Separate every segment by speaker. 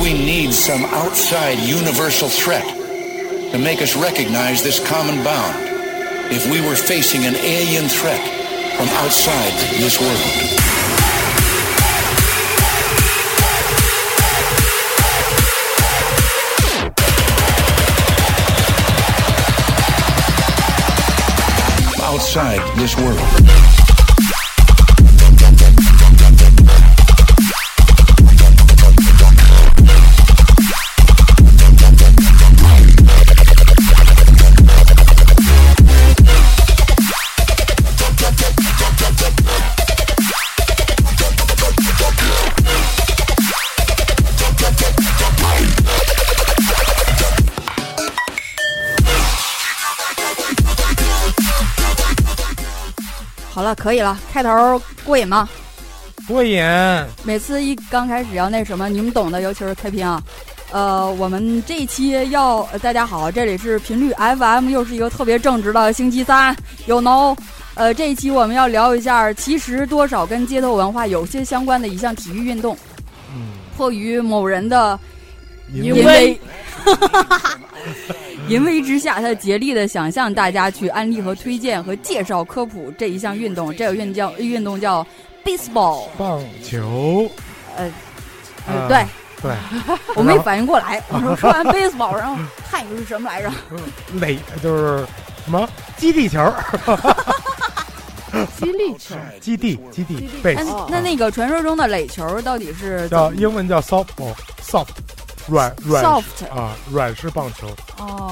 Speaker 1: we need some outside universal threat to make us recognize this common bound if we were facing an alien threat from outside this world. Outside this world.
Speaker 2: 好了，可以了，开头过瘾吗？
Speaker 3: 过瘾，
Speaker 2: 每次一刚开始要那什么，你们懂的，尤其是开篇啊。呃，我们这一期要呃大家好，这里是频率 FM，又是一个特别正直的星期三，you know。呃，这一期我们要聊一下，其实多少跟街头文化有些相关的一项体育运动，
Speaker 3: 嗯，
Speaker 2: 迫于某人的
Speaker 3: 因
Speaker 2: 淫
Speaker 3: 为
Speaker 2: 威， 淫威之下，他竭力的想向大家去安利和推荐和介绍科普这一项运动。这个运动叫运动叫 baseball，
Speaker 3: 棒球，
Speaker 2: 呃，
Speaker 3: 啊
Speaker 2: 呃对
Speaker 3: 对，
Speaker 2: 我没反应过 来，我说说完 baseball，然后汉语是什么来着？
Speaker 3: 垒就是什么基地球，
Speaker 4: 激励球，
Speaker 3: 基地基地
Speaker 4: 基地
Speaker 3: base，
Speaker 2: 那
Speaker 4: 哦
Speaker 2: 哎那那个传说中的垒球到底是
Speaker 3: 叫英文叫 softball，soft，软软
Speaker 2: soft
Speaker 3: 啊，软式棒球，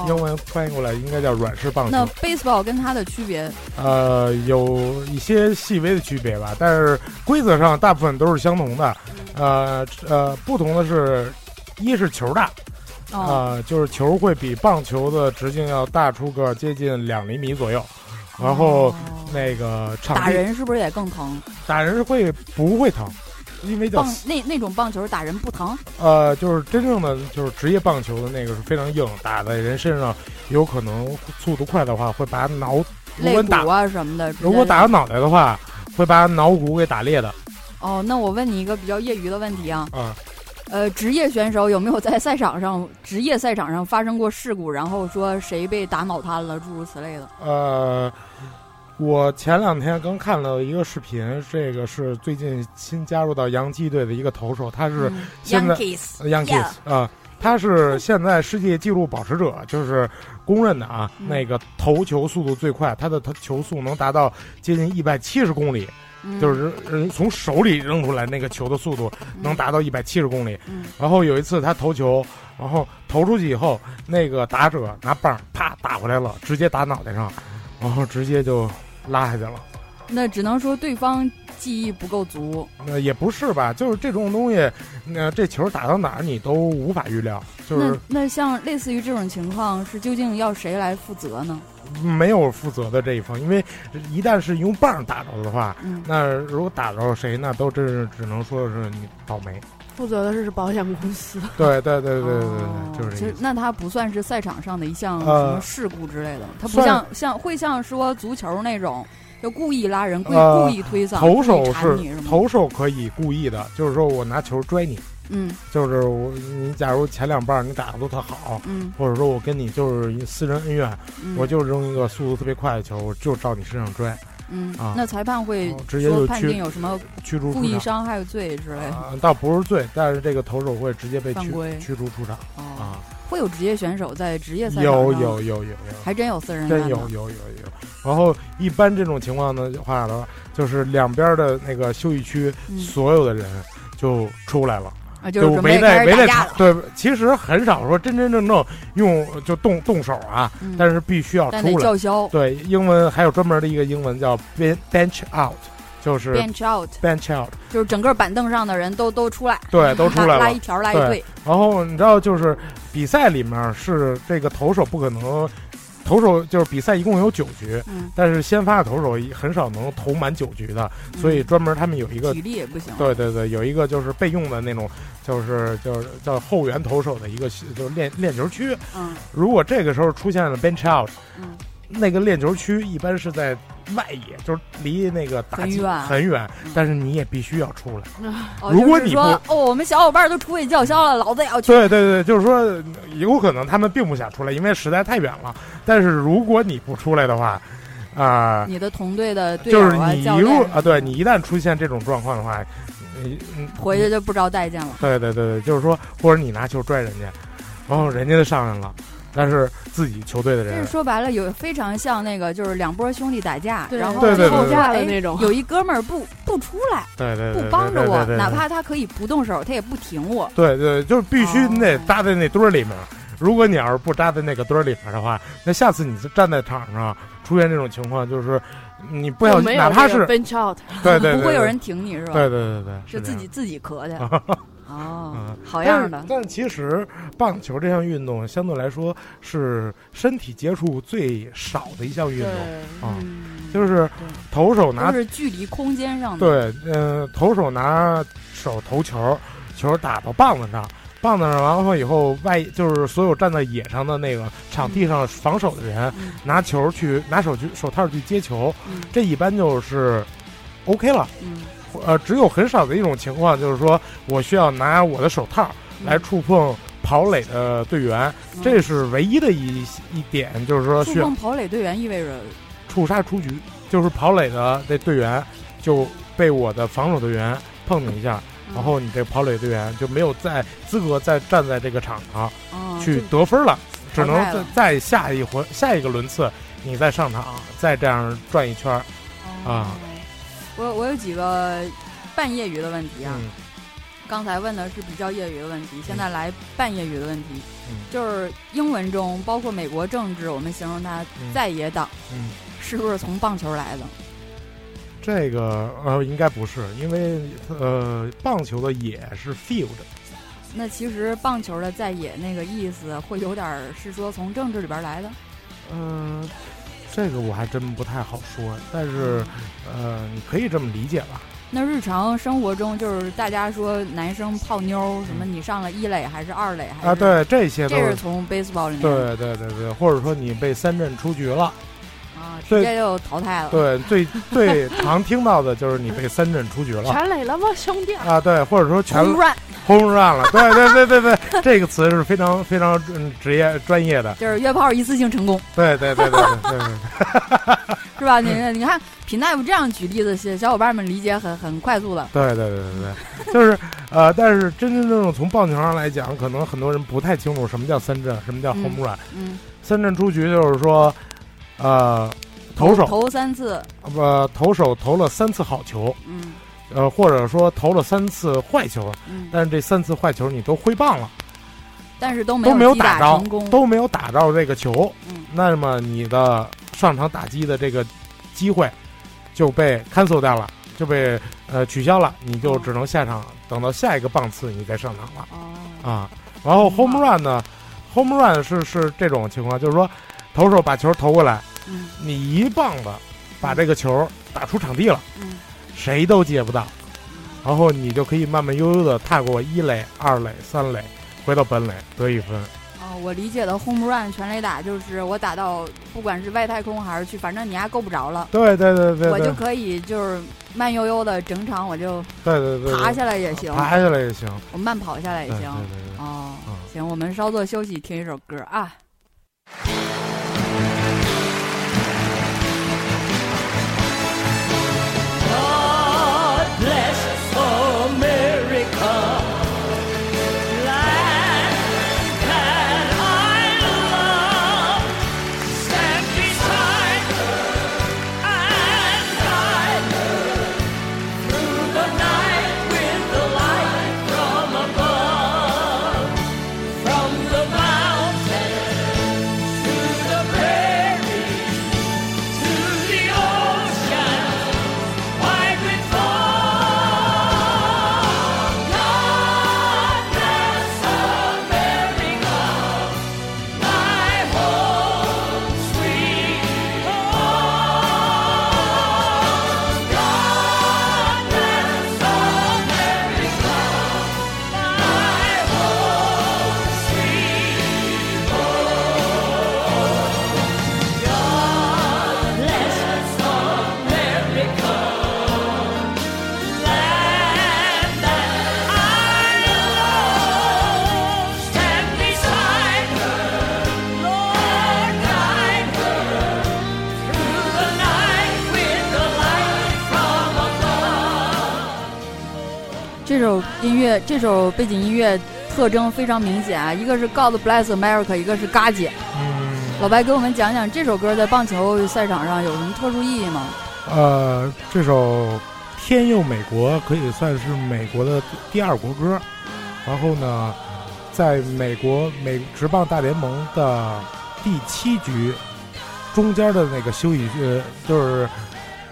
Speaker 3: 英
Speaker 2: 哦？
Speaker 3: 文翻译过来应该叫软式棒
Speaker 2: 那
Speaker 3: 球，
Speaker 2: baseball 跟它的区别
Speaker 3: 呃，有一些细微的区别吧，但是规则上大部分都是相同的，呃呃，不同的是，一是球大，
Speaker 2: 哦
Speaker 3: 啊、就是球会比棒球的直径要大出个接近两厘米左右，然后
Speaker 2: 哦
Speaker 3: 那个场地
Speaker 2: 打人是不是也更疼？
Speaker 3: 打人是会不会疼？因为叫
Speaker 2: 棒那那种棒球打人不疼？
Speaker 3: 呃，就是真正的就是职业棒球的那个是非常硬，打在人身上有可能速度快的话会把脑，如
Speaker 2: 肋
Speaker 3: 果你打
Speaker 2: 骨啊什么的。
Speaker 3: 如果打到脑袋的话会把脑骨给打裂的
Speaker 2: 哦，那我问你一个比较业余的问题啊，
Speaker 3: 啊、
Speaker 2: 呃，职业选手有没有在赛场上职业赛场上发生过事故，然后说谁被打脑瘫了，诸如此类的？
Speaker 3: 呃。我前两天刚看了一个视频，这个是最近新加入到洋基队的一个投手，他是
Speaker 2: 嗯
Speaker 3: 现在
Speaker 2: Yankees
Speaker 3: Yankees 啊、他是现在世界纪录保持者，就是公认的啊，
Speaker 2: 嗯
Speaker 3: 那个投球速度最快，他的他球速能达到接近一百七十公里，
Speaker 2: 嗯
Speaker 3: 就是人从手里扔出来那个球的速度能达到一百七十公里。
Speaker 2: 嗯
Speaker 3: 然后有一次他投球，然后投出去以后，那个打者拿棒啪打回来了，直接打脑袋上，然后直接就拉下去了。
Speaker 2: 那只能说对方技艺不够足。
Speaker 3: 那呃也不是吧，就是这种东西，那、这球打到哪儿你都无法预料，就是
Speaker 2: 那那像类似于这种情况，是究竟要谁来负责呢？
Speaker 3: 没有负责的这一方，因为一旦是用棒打着的话，
Speaker 2: 嗯，
Speaker 3: 那如果打着谁，那都真是只能说是你倒霉。
Speaker 4: 负责的是保险公司。
Speaker 3: 对对对对对对，
Speaker 2: 哦
Speaker 3: 对就是
Speaker 2: 其
Speaker 3: 这意
Speaker 2: 实
Speaker 3: 思。
Speaker 2: 那它不算是赛场上的一项什
Speaker 3: 呃
Speaker 2: 么事故之类的，它不
Speaker 3: 算
Speaker 2: 像像会像说足球那种，就故意拉人、故意
Speaker 3: 呃
Speaker 2: 故意推搡、
Speaker 3: 投手
Speaker 2: 故意缠你什
Speaker 3: 是
Speaker 2: 么的
Speaker 3: 投手可以故意的，就是说我拿球拽你，
Speaker 2: 嗯
Speaker 3: 就是我你假如前两棒你打的都特好，
Speaker 2: 嗯
Speaker 3: 或者说我跟你就是一私人恩怨，
Speaker 2: 嗯，
Speaker 3: 我就扔一个速度特别快的球，我就照你身上拽，
Speaker 2: 嗯
Speaker 3: 啊，
Speaker 2: 那裁判会
Speaker 3: 哦直接
Speaker 2: 说
Speaker 3: 就
Speaker 2: 判
Speaker 3: 去
Speaker 2: 定有什么
Speaker 3: 驱逐
Speaker 2: 故
Speaker 3: 出
Speaker 2: 意
Speaker 3: 场。
Speaker 2: 伤害罪之类的
Speaker 3: 啊，倒不是罪，但是这个投手会直接被
Speaker 2: 犯
Speaker 3: 驱
Speaker 2: 规
Speaker 3: 驱逐出场
Speaker 2: 哦。
Speaker 3: 啊！
Speaker 2: 会有职业选手在职业赛场
Speaker 3: 有
Speaker 2: 上
Speaker 3: 有有有有，
Speaker 2: 还真有私人
Speaker 3: 真
Speaker 2: 恩
Speaker 3: 有
Speaker 2: 呢
Speaker 3: 有有有。然后一般这种情况的话呢，就是两边的那个休息区
Speaker 2: 嗯
Speaker 3: 所有的人就出来了，
Speaker 2: 啊，就
Speaker 3: 就是
Speaker 2: 准
Speaker 3: 围
Speaker 2: 备
Speaker 3: 在
Speaker 2: 开
Speaker 3: 围
Speaker 2: 始
Speaker 3: 在
Speaker 2: 打架
Speaker 3: 场
Speaker 2: 了。。
Speaker 3: 对，其实很少说真真正正用就动动手啊，
Speaker 2: 嗯
Speaker 3: 但是必须要
Speaker 2: 但得
Speaker 3: 出来。
Speaker 2: 叫嚣
Speaker 3: 对，英文还有专门的一个英文叫 ben- bench out，就是
Speaker 2: bench out，
Speaker 3: bench out，
Speaker 2: 就是整个板凳上的人都都出来，
Speaker 3: 对，都出来
Speaker 2: 拉
Speaker 3: 了
Speaker 2: 拉一。条拉一队，
Speaker 3: 然后你知道，就是比赛里面是这个投手不可能，投手就是比赛一共有九局，
Speaker 2: 嗯，
Speaker 3: 但是先发的投手很少能投满九局的，
Speaker 2: 嗯
Speaker 3: 所以专门他们有一个，
Speaker 2: 体力也不行，
Speaker 3: 对对对，有一个就是备用的那种，就是就是叫后援投手的一个就是练练球区。
Speaker 2: 嗯
Speaker 3: 如果这个时候出现了 bench out，
Speaker 2: 嗯，
Speaker 3: 那个练球区一般是在外野，就是离那个打
Speaker 2: 很
Speaker 3: 击
Speaker 2: 远嗯
Speaker 3: 很远，但是你也必须要出来。
Speaker 2: 哦
Speaker 3: 如果
Speaker 2: 就是
Speaker 3: 你
Speaker 2: 说哦，我们小伙伴都出去叫嚣了，老子也要去。
Speaker 3: 对对对，就是说有可能他们并不想出来，因为实在太远了。但是如果你不出来的话，啊、
Speaker 2: 你的同队的队友
Speaker 3: 就是
Speaker 2: 啊，
Speaker 3: 你
Speaker 2: 教
Speaker 3: 一入
Speaker 2: 练
Speaker 3: 啊，对你一旦出现这种状况的话，你嗯，
Speaker 2: 回去就不招待见了。
Speaker 3: 对对对对，就是说，或者你拿球拽人家，然后人家就上来了，但是自己球队的
Speaker 2: 这
Speaker 3: 人
Speaker 2: 是说白了，有非常像那个就是两拨兄弟打架，
Speaker 4: 对
Speaker 2: 然后
Speaker 3: 对
Speaker 2: 最
Speaker 3: 对对
Speaker 2: 后
Speaker 3: 对
Speaker 2: 说
Speaker 4: 架的
Speaker 2: 哎
Speaker 4: 那种
Speaker 2: 有一哥们儿不不出来，
Speaker 3: 对对
Speaker 2: 不
Speaker 3: 对，
Speaker 2: 帮着我
Speaker 3: 对对对，对
Speaker 2: 哪怕他可以不动手，他也不挺我。
Speaker 3: 对对，就是必须
Speaker 2: 哦
Speaker 3: 你得扎在那堆儿里面。如果你要是不扎在那个堆儿里面的话，那下次你站在场上出现这种情况，就是你不小
Speaker 4: 就没
Speaker 3: 心，
Speaker 4: 有
Speaker 3: 哪怕
Speaker 4: 这个
Speaker 3: 是
Speaker 4: bench out，
Speaker 3: 对对对，
Speaker 2: 不会
Speaker 3: 对
Speaker 2: 有人挺你是吧？
Speaker 3: 对对对对，
Speaker 2: 就是自
Speaker 3: 这样
Speaker 2: 己自己 咳去。哦
Speaker 3: 嗯，
Speaker 2: 好
Speaker 3: 但
Speaker 2: 样
Speaker 3: 是
Speaker 2: 的，
Speaker 3: 但其实棒球这项运动相对来说是身体接触最少的一项运
Speaker 4: 对，
Speaker 3: 动啊，
Speaker 2: 嗯，
Speaker 3: 就是投手拿
Speaker 2: 都是距离空间上的。
Speaker 3: 对，呃，投手拿手投球，球打到棒子上，棒子上完后以后，外就是所有站在野上的那个场地上防守的人，
Speaker 2: 嗯
Speaker 3: 拿球去拿手去手套去接球，
Speaker 2: 嗯
Speaker 3: 这一般就是 OK 了。
Speaker 2: 嗯，
Speaker 3: 呃，只有很少的一种情况，就是说我需要拿我的手套来触碰跑垒的队员，
Speaker 2: 嗯
Speaker 3: 这是唯一的一一点，就是说
Speaker 2: 触
Speaker 3: 需要
Speaker 2: 碰跑垒队员意味着嗯
Speaker 3: 触杀出局，就是跑垒的那队员就被我的防守队员碰了一下，
Speaker 2: 嗯
Speaker 3: 然后你这跑垒队员就没有再资格再站在这个场上
Speaker 2: 啊
Speaker 3: 去得分了，只能
Speaker 2: 淘汰
Speaker 3: 再
Speaker 2: 了哦
Speaker 3: 再下一回下一个轮次你再上场再这样转一圈儿。啊。
Speaker 2: 就哦我我有几个半业余的问题啊，
Speaker 3: 嗯
Speaker 2: 刚才问的是比较业余的问题，现在来半业余的问题，
Speaker 3: 嗯
Speaker 2: 就是英文中包括美国政治，我们形容它
Speaker 3: 嗯
Speaker 2: 在野党，
Speaker 3: 嗯
Speaker 2: 是不是从棒球来的？
Speaker 3: 这个呃应该不是，因为呃棒球的野是 field，
Speaker 2: 那其实棒球的在野那个意思，会有点儿是说从政治里边儿来的。
Speaker 3: 嗯、这个我还真不太好说，但是呃你可以这么理解吧，
Speaker 2: 那日常生活中，就是大家说男生泡妞儿，什么你上了一垒还是二垒还是
Speaker 3: 嗯啊对这些都
Speaker 2: 嗯这是
Speaker 3: 是。
Speaker 2: 从 baseball 里面
Speaker 3: 对对对对，或者说你被三振出局了，
Speaker 2: 啊，直
Speaker 3: 对
Speaker 2: 接就淘汰了。
Speaker 3: 对，最最常听到的就是你被三振出局了，
Speaker 4: 全垒了吗，兄弟？
Speaker 3: 啊，对，或者说全
Speaker 2: 突然
Speaker 3: 轰入战了，对对对对对，这个词是非常非常嗯职业专业的，
Speaker 2: 就是约炮一次性成功，
Speaker 3: 对对对对对对对，
Speaker 2: 是吧？你
Speaker 3: 嗯
Speaker 2: 你看品大夫这样举例子，小小伙伴们理解很很快速的。
Speaker 3: 对对对对对，就是呃，但是真真正正从棒球上来讲，可能很多人不太清楚什么叫三振，什么叫轰入战。
Speaker 2: 嗯，
Speaker 3: 三振出局就是说，呃，投手
Speaker 2: 投三次，
Speaker 3: 呃投手投了三次好球，
Speaker 2: 嗯
Speaker 3: 呃或者说投了三次坏球，
Speaker 2: 嗯，
Speaker 3: 但是这三次坏球你都挥棒了，
Speaker 2: 但是都没
Speaker 3: 都没有
Speaker 2: 击打
Speaker 3: 打着
Speaker 2: 成功，，
Speaker 3: 都没有打着这个球，
Speaker 2: 嗯
Speaker 3: 那么你的上场打击的这个机会就被 cancel 掉了，就被呃取消了，你就
Speaker 2: 哦
Speaker 3: 只能下场，等到下一个棒次你再上场了
Speaker 2: 哦，
Speaker 3: 啊。然后 home run 呢，home run 是是这种情况，就是说投手把球投过来，
Speaker 2: 嗯
Speaker 3: 你一棒子把这个球打出场地了，
Speaker 2: 嗯
Speaker 3: 谁都接不到，然后你就可以慢慢悠悠的踏过一垒、二垒、三垒，回到本垒得一分。
Speaker 2: 哦，我理解的 home run 全垒打就是我打到不管是外太空还是去，反正你还够不着了，
Speaker 3: 对对对对
Speaker 2: 我就
Speaker 3: 对
Speaker 2: 可以就是慢悠悠的整场我就
Speaker 3: 对对对，
Speaker 2: 爬下来也行，
Speaker 3: 爬下来也行，
Speaker 2: 我慢跑下来也
Speaker 3: 对对
Speaker 2: 行。
Speaker 3: 对对。
Speaker 2: 哦
Speaker 3: 嗯，
Speaker 2: 行，我们稍作休息，听一首歌啊。
Speaker 5: God bless America. Land that I love. Stand beside her and guide her through the night with the light from above. From the mountain
Speaker 2: 音乐这首背景音乐特征非常明显啊，一个是 God Bless America，一个是嘎姐。
Speaker 3: 嗯，
Speaker 2: 老白给我们讲讲这首歌在棒球赛场上有什么特殊意义吗？
Speaker 3: 呃，这首《天佑美国》可以算是美国的第二国歌。然后呢，在美国美职棒大联盟的第七局中间的那个休息呃，就是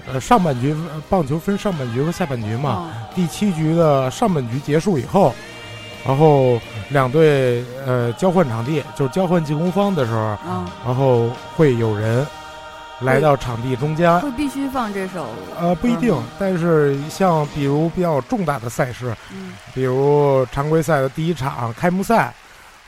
Speaker 3: 呃上半局呃棒球分上半局和下半局嘛。
Speaker 2: 嗯
Speaker 3: 第七局的上半局结束以后，然后两队呃交换场地，就是交换进攻方的时候，
Speaker 2: 嗯，
Speaker 3: 然后会有人来到场地中间。
Speaker 2: 会必须放这首。
Speaker 3: 啊呃，不一定
Speaker 2: 嗯，
Speaker 3: 但是像比如比较重大的赛事，
Speaker 2: 嗯，
Speaker 3: 比如常规赛的第一场开幕赛，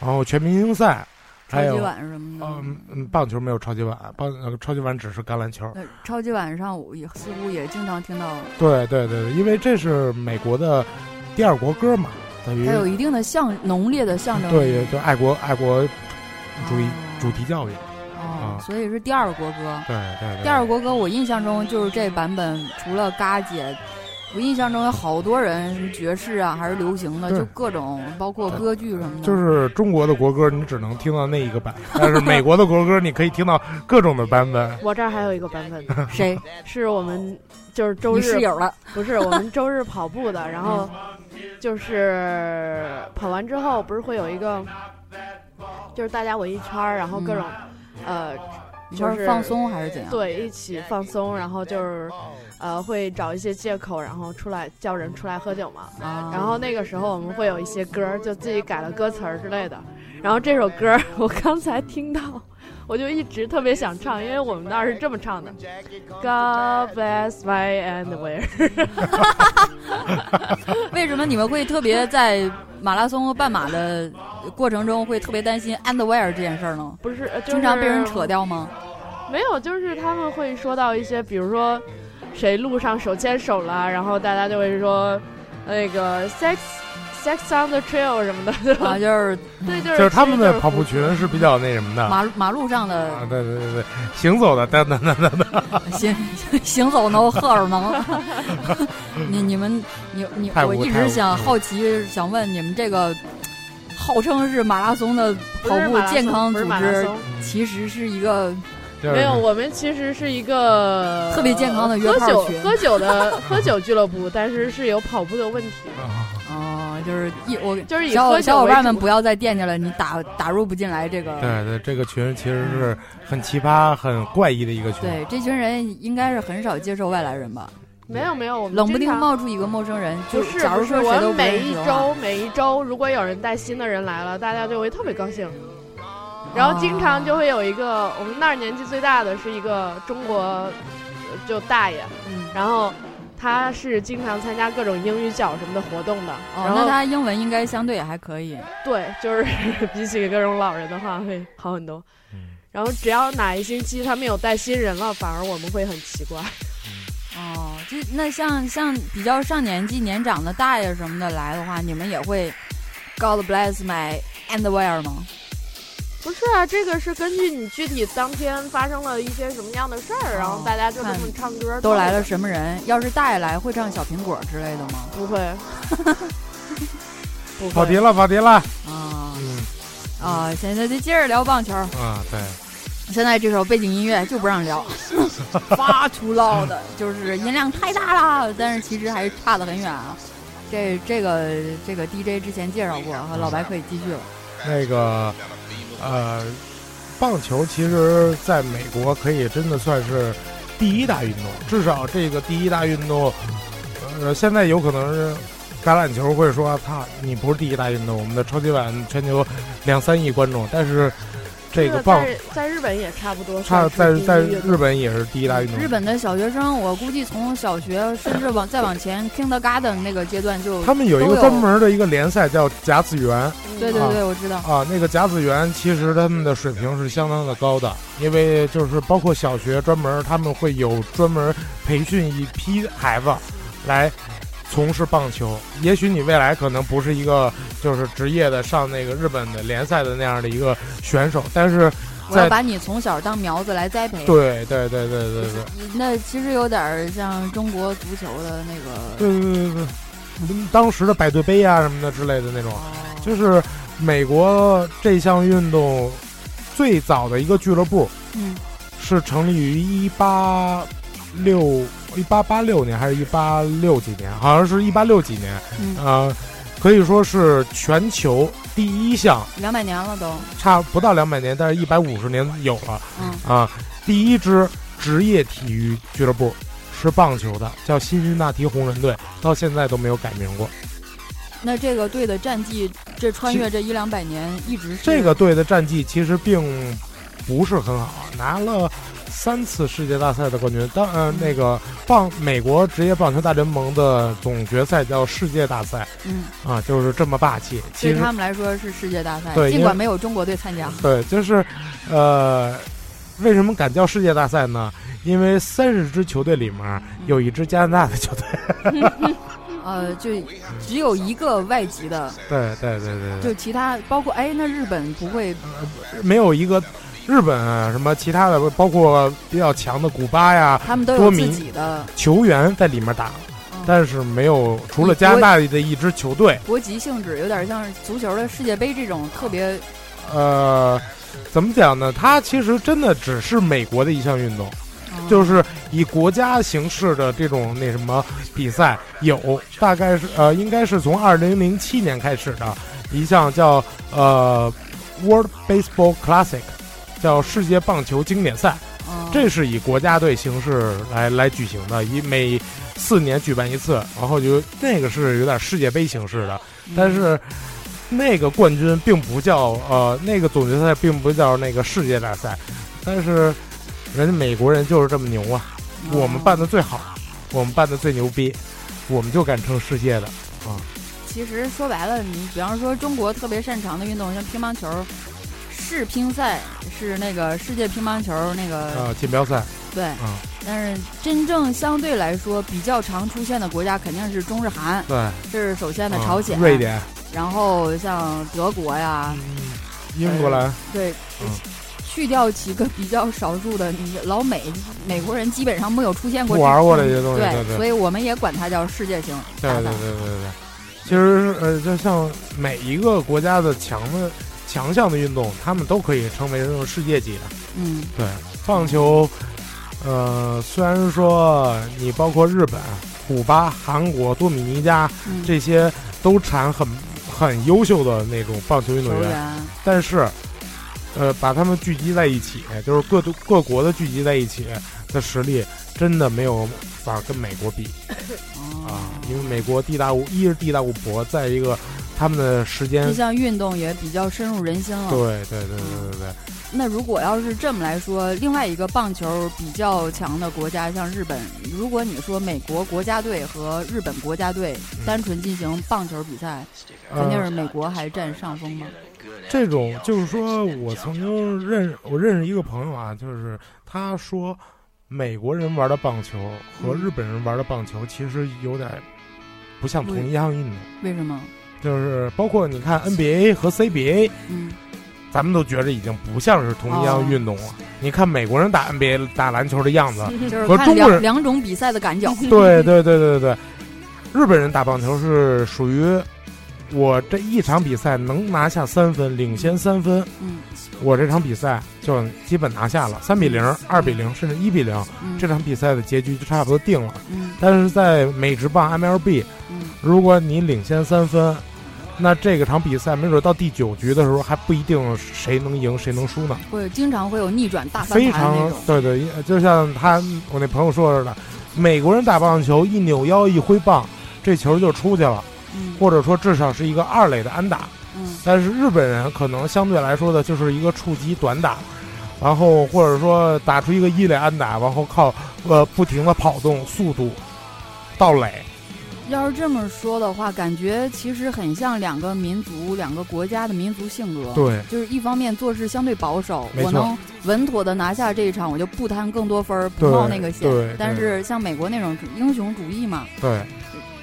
Speaker 3: 然后全明星赛，
Speaker 2: 超
Speaker 3: 还
Speaker 2: 级
Speaker 3: 有
Speaker 2: 碗什么的。
Speaker 3: 嗯嗯，棒球没有超级碗，棒呃超级碗只是橄榄球。
Speaker 2: 呃超级碗上我也似乎也经常听到，
Speaker 3: 对对对，对因为这是美国的第二国歌嘛，等于
Speaker 2: 它有一定的象浓烈的象征。
Speaker 3: 对，也就爱国爱国主义
Speaker 2: 哦
Speaker 3: 主题教育。
Speaker 2: 哦
Speaker 3: 啊，
Speaker 2: 所以是第二国歌。
Speaker 3: 对对对，
Speaker 2: 第二国歌，我印象中就是这版本，除了嘎姐，我印象中有好多人什么爵士啊，还是流行的，
Speaker 3: 对
Speaker 2: 就各种，包括歌剧什么的。
Speaker 3: 就是中国的国歌，你只能听到那一个版，但是美国的国歌你可以听到各种的版本。
Speaker 4: 我这儿还有一个版本呢，
Speaker 2: 谁？
Speaker 4: 是我们就是 周
Speaker 2: 你
Speaker 4: 日
Speaker 2: 室友了？
Speaker 4: 不是我们周日跑步 的，然后就是跑完之后不是会有一个，就是大家围一圈儿，然后各种、呃
Speaker 2: 你说
Speaker 4: 就是
Speaker 2: 放松还是怎样？
Speaker 4: 对一起放松，然后就是呃会找一些借口，然后出来叫人出来喝酒嘛。
Speaker 2: 啊，
Speaker 4: 然后那个时候我们会有一些歌儿，就自己改了歌词儿之类的。然后这首歌儿 我刚才听到，我就一直特别想唱，因为我们那儿是这么唱的：God bless my and where。
Speaker 2: 为什么你们会特别在马拉松和半马的过程中会特别担心 underwear 这件事儿呢？
Speaker 4: 不是，呃就是
Speaker 2: 经常被人扯。掉 吗？
Speaker 4: 没有，就是他们会说到一些，比如说谁路上手牵手了，然后大家就会说那个 sex sex on the trail 什么的， 对吧
Speaker 2: 啊，就是
Speaker 4: 对，
Speaker 3: 就
Speaker 4: 就
Speaker 3: 是是他们
Speaker 4: 其实
Speaker 3: 的
Speaker 4: 就是
Speaker 3: 跑步群是比较那什么的，
Speaker 2: 马路马路上的
Speaker 3: 啊，对对对对，行走的，但但但 但，
Speaker 2: 行行走的荷尔蒙。 你你们你你，
Speaker 3: 太无
Speaker 2: 我一
Speaker 3: 太
Speaker 2: 直
Speaker 3: 无
Speaker 2: 想好奇，想问你们这个号称是马拉松的
Speaker 4: 不
Speaker 2: 跑
Speaker 4: 是
Speaker 2: 步
Speaker 4: 马拉松
Speaker 2: 健康
Speaker 4: 不
Speaker 2: 组
Speaker 4: 是马拉
Speaker 2: 织，
Speaker 4: 松
Speaker 2: 其实是一个
Speaker 3: 就是
Speaker 4: 没有，我们其实是一个
Speaker 2: 特别健康的约
Speaker 4: 喝
Speaker 2: 炮
Speaker 4: 酒
Speaker 2: 群
Speaker 4: 喝酒的 喝酒俱乐部，但是是有跑步的问题，
Speaker 3: 啊
Speaker 2: 哦，就是一我
Speaker 4: 就是以
Speaker 2: 小
Speaker 4: 喝
Speaker 2: 伙
Speaker 4: 酒
Speaker 2: 小伙
Speaker 4: 为
Speaker 2: 伴们
Speaker 4: 主
Speaker 2: 不要再惦记了，你打打入不进来这个。
Speaker 3: 对对，这个群其实是很奇葩、很怪异的一个群。
Speaker 2: 对，这群人应该是很少接受外来人吧？
Speaker 4: 没有没有，我们
Speaker 2: 冷不
Speaker 4: 经
Speaker 2: 丁
Speaker 4: 常
Speaker 2: 冒出一个陌生人，就
Speaker 4: 不是
Speaker 2: 假如
Speaker 4: 不是，
Speaker 2: 说
Speaker 4: 我
Speaker 2: 谁都
Speaker 4: 们
Speaker 2: 不
Speaker 4: 每
Speaker 2: 认识
Speaker 4: 一
Speaker 2: 的话，哦
Speaker 4: 周每一周，如果有人带新的人来了，大家就会特别高兴。然后经
Speaker 2: 啊
Speaker 4: 常就会有一个，我们那儿年纪最大的是一个中国，呃就大爷，
Speaker 2: 嗯
Speaker 4: 然后他是经常参加各种英语角什么的活动的，
Speaker 2: 哦，
Speaker 4: 然
Speaker 2: 那
Speaker 4: 后
Speaker 2: 他英文应该相对还可以。
Speaker 4: 对， 就是比起各种老人的话会好很多。
Speaker 3: 嗯，
Speaker 4: 然后只要哪一星期他们有带新人了，反而我们会很奇怪。
Speaker 2: 哦，就那像像比较上年纪、年长的大爷什么的来的话，你们也会 God bless my underwear 吗？
Speaker 4: 不是啊，这个是根据你具体当天发生了一些什么样的事儿，然后大家就这么唱歌。
Speaker 2: 都来了什么人？要是大爷来，会唱小苹果之类的吗？
Speaker 4: 不会， 不
Speaker 3: 跑题
Speaker 4: 会。
Speaker 3: 了，跑题了。
Speaker 2: 啊
Speaker 3: 嗯
Speaker 2: 啊！现在得接着聊棒球。
Speaker 3: 啊，对，
Speaker 2: 现在这首背景音乐就不让聊，发出唠的，就是音量太大了，但是其实还差得很远啊。这这个这个 DJ 之前介绍过，和老白可以继续了。
Speaker 3: 那个呃，棒球其实在美国可以真的算是第一大运动，至少这个第一大运动，呃，现在有可能是。橄榄球会说他你不是第一大运动，我们的超级碗全球两三亿观众，但是这个棒
Speaker 4: 在在日本也差不多
Speaker 3: 差
Speaker 4: 算是
Speaker 3: 在
Speaker 4: 第一
Speaker 3: 在
Speaker 4: 乐队，
Speaker 3: 日本也是第一大运动
Speaker 2: 日。本的小学生，我估计从小学甚至往再往前 kindergarten 那个阶段就，
Speaker 3: 他们有一
Speaker 2: 都
Speaker 3: 个
Speaker 2: 有
Speaker 3: 专门的一个联赛叫甲子园
Speaker 4: 嗯
Speaker 2: 对对对，我知道。
Speaker 3: 啊，那个甲子园其实他们的水平是相当的高的，因为就是包括小学专门他们会有专门培训一批孩子来从事棒球。也许你未来可能不是一个就是职业的上那个日本的联赛的那样的一个选手，但是
Speaker 2: 我要
Speaker 3: 在
Speaker 2: 把你从小当苗子来栽培。
Speaker 3: 对对对对对对
Speaker 2: 那其实有点儿像中国足球的那个
Speaker 3: 对对对对，嗯当时的百对杯啊什么的之类的那种，
Speaker 2: 哦
Speaker 3: 就是美国这项运动最早的一个俱乐部
Speaker 2: 嗯
Speaker 3: 是成立于一八六一八八六年还是一八六几年，好像是一八六几年，
Speaker 2: 嗯，
Speaker 3: 呃，可以说是全球第一项，
Speaker 2: 两百年了都，
Speaker 3: 差不到两百年，但是一百五十年有了
Speaker 2: 嗯
Speaker 3: 啊。第一支职业体育俱乐部是棒球的，叫辛辛那提红人队，到现在都没有改名过。
Speaker 2: 那这个队的战绩，这穿越这一两百年一直是
Speaker 3: 这个队的战绩其实并不是很好，拿了三次世界大赛的冠军。当
Speaker 2: 嗯
Speaker 3: 呃，那个棒美国职业棒球大联盟的总决赛叫世界大赛
Speaker 2: 嗯，
Speaker 3: 啊，就是这么霸气。其
Speaker 2: 对
Speaker 3: 实
Speaker 2: 他们来说是世界大赛，
Speaker 3: 对
Speaker 2: 尽
Speaker 3: 因为
Speaker 2: 管没有中国队参加，
Speaker 3: 对，就是，呃，为什么敢叫世界大赛呢？因为三十支球队里
Speaker 2: 嗯
Speaker 3: 面有一支加拿大 的球队。
Speaker 2: 呃，就只有一个外籍的，
Speaker 3: 对对对对对，
Speaker 2: 就其他包括哎，那日本不会
Speaker 3: 没有一个日本啊，什么其他的，包括比较强的古巴呀
Speaker 2: 他们都有
Speaker 3: 多米
Speaker 2: 自己的
Speaker 3: 球员在里面打，
Speaker 2: 嗯
Speaker 3: 但是没有除了加拿大的一支球队，
Speaker 2: 国籍性质，有点像是足球的世界杯这种特别
Speaker 3: 呃。怎么讲呢？它其实真的只是美国的一项运动，
Speaker 2: 嗯
Speaker 3: 就是以国家形式的这种那什么比赛有，大概是呃，应该是从二零零七年开始的一项叫呃 World Baseball Classic，叫世界棒球经典赛，
Speaker 2: 嗯
Speaker 3: 这是以国家队形式来来举行的，以每四年举办一次，然后就那个是有点世界杯形式的，
Speaker 2: 嗯
Speaker 3: 但是。那个冠军并不叫呃，那个总决赛并不叫那个世界大赛，但是人家美国人就是这么牛啊，我们办
Speaker 2: 的
Speaker 3: 的最好，我们办的最牛逼，我们就敢称世界的。
Speaker 2: 其实说白了，你比方说中国特别擅长的运动，像乒乓球。世乒赛是那个世界乒乓球那个、
Speaker 3: 呃，锦标赛，
Speaker 2: 对，
Speaker 3: 嗯
Speaker 2: 但是真正相对来说比较常出现的国家肯定是中日韩，
Speaker 3: 对，
Speaker 2: 这是首先的
Speaker 3: 嗯
Speaker 2: 朝鲜、嗯
Speaker 3: 瑞，典、
Speaker 2: 然后像德国呀，
Speaker 3: 英格兰，
Speaker 2: 对，
Speaker 3: 嗯
Speaker 2: 去掉几个比较少数的，你老美美国人基本上没有出现过
Speaker 3: 不玩过这些东
Speaker 2: 嗯
Speaker 3: 西
Speaker 2: 对
Speaker 3: 对对
Speaker 2: 所以我们也管它叫世界性
Speaker 3: 对
Speaker 2: 大
Speaker 3: 对
Speaker 2: 赛。
Speaker 3: 对对对对。其实呃，就像每一个国家的强的强项的运动，他们都可以成为这种世界级的。
Speaker 2: 嗯
Speaker 3: 对，棒球，呃，虽然说你包括日本、古巴、韩国、多米尼加
Speaker 2: 嗯，
Speaker 3: 这些都产很很优秀的那种棒球运动
Speaker 2: 球
Speaker 3: 员，
Speaker 2: 员，
Speaker 3: 但是，呃，把他们聚集在一起，就是各都各国的聚集在一起的实力，真的没有法跟美国比
Speaker 2: 哦
Speaker 3: 啊！因为美国地大物，一是地大物博，再一个他们的时间
Speaker 2: 这，项运动也比较深入人心了。
Speaker 3: 对对对对对对，
Speaker 2: 那如果要是这么来说，另外一个棒球比较强的国家，像日本，如果你说美国国家队和日本国家队
Speaker 3: 嗯
Speaker 2: 单纯进行棒球比赛，肯定
Speaker 3: 呃，
Speaker 2: 是美国还占上风嘛。
Speaker 3: 这种就是说我曾经认我认识一个朋友啊，就是他说。美国人玩的棒球和日本人玩的棒球其实有点不像同一项运动，
Speaker 2: 为什么？
Speaker 3: 就是包括你看 NBA 和 CBA，
Speaker 2: 嗯，
Speaker 3: 咱们都觉着已经不像是同
Speaker 2: 哦
Speaker 3: 一样运动了。你看美国人打 NBA 打篮球的样子，
Speaker 2: 就是
Speaker 3: 和
Speaker 2: 看
Speaker 3: 中国
Speaker 2: 两
Speaker 3: 人
Speaker 2: 两种比赛的赶脚。
Speaker 3: 对对对对对对，日本人打棒球是属于我这一场比赛能拿下三分，领先三分，
Speaker 2: 嗯
Speaker 3: 我这场比赛就基本拿下了，三比零、二比零，甚至一比零，
Speaker 2: 嗯
Speaker 3: 这场比赛的结局就差不多定了。
Speaker 2: 嗯
Speaker 3: 但是在美职棒 MLB，
Speaker 2: 嗯
Speaker 3: 如果你领先三分。那这个场比赛没准到第九局的时候还不一定谁能赢谁能输呢。
Speaker 2: 嗯会经常会有逆转大翻
Speaker 3: 非
Speaker 2: 盘那
Speaker 3: 常
Speaker 2: 种。
Speaker 3: 对对，就像他我那朋友说似的，美国人打棒球一扭腰一挥棒，这球就出去了，
Speaker 2: 嗯
Speaker 3: 或者说至少是一个二垒的安打。
Speaker 2: 嗯
Speaker 3: 但是日本人可能相对来说的就是一个触及短打，然后或者说打出一个一垒安打，然后靠呃不停的跑动速度到垒。
Speaker 2: 要是这么说的话，感觉其实很像两个民族、两个国家的民族性格。
Speaker 3: 对
Speaker 2: 就是一方面做事相对保守，
Speaker 3: 没错
Speaker 2: 我能稳妥的拿下这一场，我就不贪更多分儿，不
Speaker 3: 对
Speaker 2: 冒那个险
Speaker 3: 对对。
Speaker 2: 但是像美国那种英雄主义嘛，
Speaker 3: 对，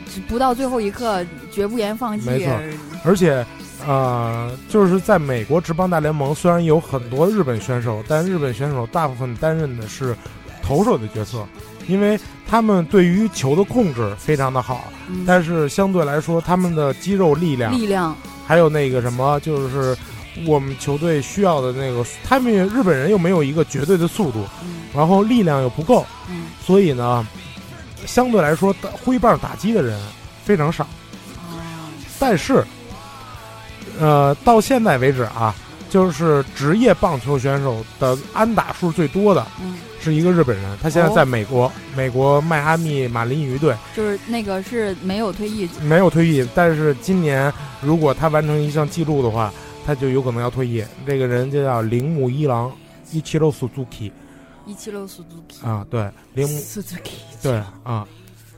Speaker 2: 只不到最后一刻绝不言放弃。
Speaker 3: 没错而且，呃，就是在美国职棒大联盟，虽然有很多日本选手，但日本选手大部分担任的是投手的角色，因为他们对于球的控制非常的好，
Speaker 2: 嗯
Speaker 3: 但是相对来说，他们的肌肉力量
Speaker 2: 力量，
Speaker 3: 还有那个什么，就是我们球队需要的那个，他们日本人又没有一个绝对的速度，
Speaker 2: 嗯
Speaker 3: 然后力量又不够，
Speaker 2: 嗯，
Speaker 3: 所以呢，相对来说打挥棒打击的人非常少。
Speaker 2: 哦
Speaker 3: 但是，呃，到现在为止啊，就是职业棒球选手的安打数最多的
Speaker 2: 嗯，
Speaker 3: 是一个日本人，他现在
Speaker 2: 哦
Speaker 3: 在美国，美国迈阿密马林鱼队
Speaker 2: 就是那个是没有退役，
Speaker 3: 没有退役，但是今年如果他完成一项记录的话，他就有可能要退役。这个人就叫铃木一郎。一七六 Suzuki
Speaker 2: 一七六 Suzuki
Speaker 3: 啊，对，铃木
Speaker 2: Suzuki
Speaker 3: 对啊，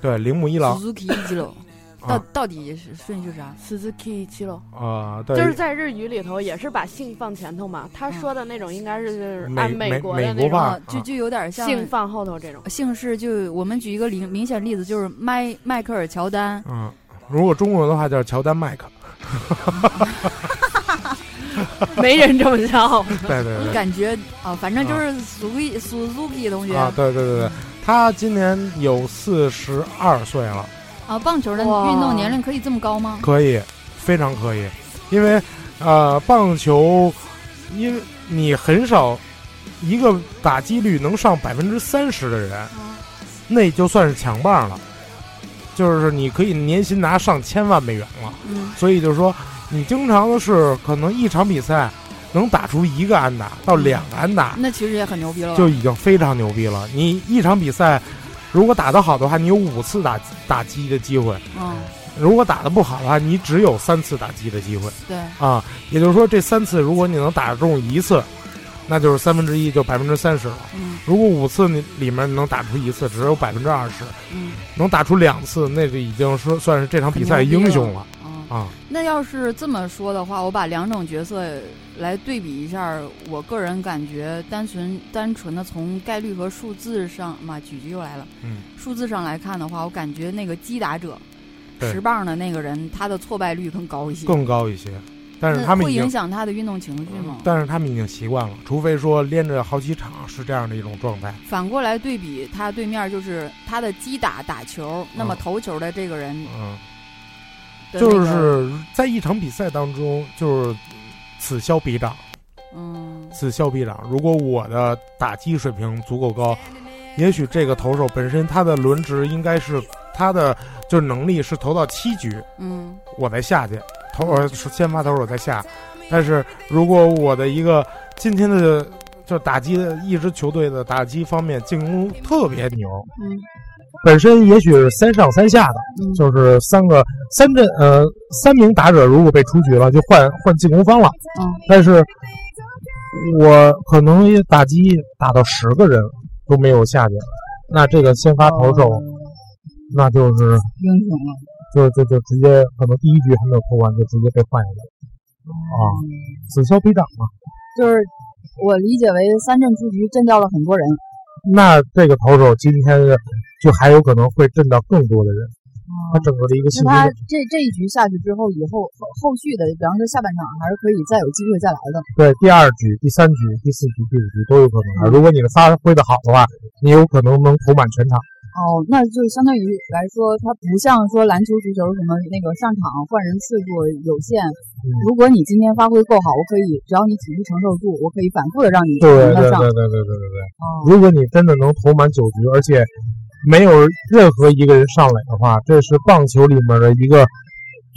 Speaker 3: 对铃木一郎
Speaker 2: Suzuki 一七六，到
Speaker 3: 啊
Speaker 2: 到底是顺序是啥？
Speaker 4: Suzuki 七楼，
Speaker 3: 啊，对，
Speaker 4: 就是在日语里头也是把姓放前头嘛。他说的那种应该是就是
Speaker 3: 美
Speaker 4: 按
Speaker 3: 美
Speaker 4: 国的
Speaker 3: 美
Speaker 4: 那
Speaker 3: 国
Speaker 4: 种
Speaker 3: 话
Speaker 2: 啊，就就有点像
Speaker 4: 姓放后头这种。
Speaker 2: 呃姓氏就我们举一个明明显例子，就是迈迈克尔乔丹，
Speaker 3: 嗯，如果中国的话叫乔丹麦 克，
Speaker 4: 没人这么叫。
Speaker 3: 对对对，
Speaker 2: 你感觉啊，反正就是 Suzuki Suzuki 同学
Speaker 3: 啊，对对对对，他今年有四十二岁了，
Speaker 2: 啊，棒球的运
Speaker 4: 哇
Speaker 2: 动年龄可以这么高吗？
Speaker 3: 可以，非常可以，因为呃，棒球，因为你很少一个打击率能上百分之三十的人，那就算是强棒了，就是你可以年薪拿上千万美元了，
Speaker 2: 嗯，
Speaker 3: 所以就是说，你经常的是可能一场比赛能打出一个安打到两个安打，
Speaker 2: 那其实也很牛逼了吧。
Speaker 3: 就已经非常牛逼了。你一场比赛，如果打得好的话，你有五次打打击的机会；
Speaker 2: 嗯，
Speaker 3: 如果打得不好的话，你只有三次打击的机会
Speaker 2: 对，
Speaker 3: 啊。也就是说，这三次如果你能打中一次，那就是三分之一，就百分之三十了；
Speaker 2: 嗯
Speaker 3: 如果五次你里面能打出一次，只有百分之二十；
Speaker 2: 嗯
Speaker 3: 能打出两次，那就已经是算是这场比赛
Speaker 2: 很牛逼
Speaker 3: 英雄了
Speaker 2: 嗯。
Speaker 3: 啊。
Speaker 2: 那要是这么说的话，我把两种角色来对比一下，我个人感觉单纯单纯的从概率和数字上嘛，举举又来了。
Speaker 3: 嗯，
Speaker 2: 数字上来看的话，我感觉那个击打者
Speaker 3: 对
Speaker 2: 持棒的那个人，他的挫败率更高一些。
Speaker 3: 更高一些，但是
Speaker 2: 那
Speaker 3: 他们
Speaker 2: 会
Speaker 3: 已
Speaker 2: 影
Speaker 3: 经。嗯
Speaker 2: 响他的运动情绪吗？
Speaker 3: 但是他们已经习惯了，除非说连着好几场是这样的一种状态。
Speaker 2: 反过来对比，他对面就是他的击打打球，那么
Speaker 3: 嗯
Speaker 2: 投球的这个人
Speaker 3: 嗯，
Speaker 2: 的那
Speaker 3: 就
Speaker 2: 个
Speaker 3: 是在一场比赛当中，就是此消彼长，
Speaker 2: 嗯
Speaker 3: 此消彼长。如果我的打击水平足够高，也许这个投手本身他的轮值应该是他的就是能力是投到七局，
Speaker 2: 嗯
Speaker 3: 我再下去，投呃先发投手再下。但是如果我的一个今天的就打击的一支球队的打击方面进攻特别牛，
Speaker 2: 嗯
Speaker 3: 本身也许是三上三下的。
Speaker 2: 嗯
Speaker 3: 就是三个三阵呃三名打者如果被出局了，就换换进攻方了。
Speaker 2: 嗯
Speaker 3: 但是我可能也打击打到十个人都没有下去，那这个先发投手，
Speaker 2: 哦
Speaker 3: 那就是
Speaker 2: 英雄啊了。
Speaker 3: 就就就直接可能第一局还没有投完就直接被换下去了
Speaker 2: 哦
Speaker 3: 啊，此消彼长嘛。
Speaker 2: 就是我理解为三振出局震掉了很多人。
Speaker 3: 那这个投手今天就还有可能会震到更多的人，
Speaker 2: 哦
Speaker 3: 他整个的一个信
Speaker 2: 那他
Speaker 3: 息量。
Speaker 2: 这这一局下去之后，以后后后续的，比方说下半场还是可以再有机会再来的。
Speaker 3: 对，第二局、第三局、第四局、第五局都有可能啊。如果你的发挥的好的话，你有可能能投满全场。
Speaker 2: 哦，那就相当于来说，它不像说篮球、足球什么那个上场换人次数有限。
Speaker 3: 嗯
Speaker 2: 如果你今天发挥够好，我可以只要你体力承受住，我可以反复的让你
Speaker 3: 对对
Speaker 2: 轮得
Speaker 3: 对对对
Speaker 2: 上。
Speaker 3: 对对对对。
Speaker 2: 哦，
Speaker 3: 如果你真的能投满九局，而且没有任何一个人上垒的话，这是棒球里面的一个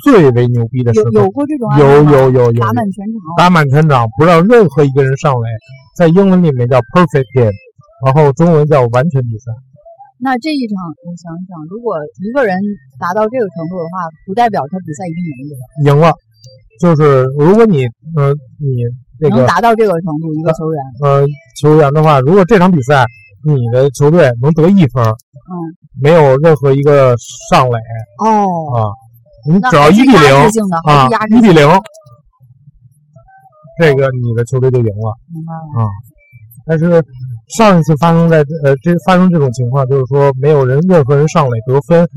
Speaker 3: 最为牛逼的时
Speaker 2: 有有
Speaker 3: 刻。
Speaker 2: 过这种案
Speaker 3: 有
Speaker 2: 例吗
Speaker 3: 有有有
Speaker 2: 打满全场。
Speaker 3: 打满全场，不让任何一个人上垒，在英文里面叫 perfect game，然后中文叫完全比赛。
Speaker 2: 那这一场，我想想，如果一个人达到这个程度的话，不代表他比赛一定赢，对吧？
Speaker 3: 赢了，就是如果你呃你这
Speaker 2: 能
Speaker 3: 个
Speaker 2: 达到这个程度，一个球员，
Speaker 3: 呃球员的话，如果这场比赛你的球队能得一分，
Speaker 2: 嗯，
Speaker 3: 没有任何一个上垒
Speaker 2: 哦，
Speaker 3: 啊，你
Speaker 2: 那
Speaker 3: 只要
Speaker 2: 还
Speaker 3: 一
Speaker 2: 是
Speaker 3: 比零
Speaker 2: 压制性的，还
Speaker 3: 啊
Speaker 2: 是压，制
Speaker 3: 一
Speaker 2: 性
Speaker 3: 比
Speaker 2: 的，
Speaker 3: 零，这个你的球队就赢了。
Speaker 2: 明白了。
Speaker 3: 但是上一次发生在这呃这发生这种情况，就是说没有人任何人上垒得分，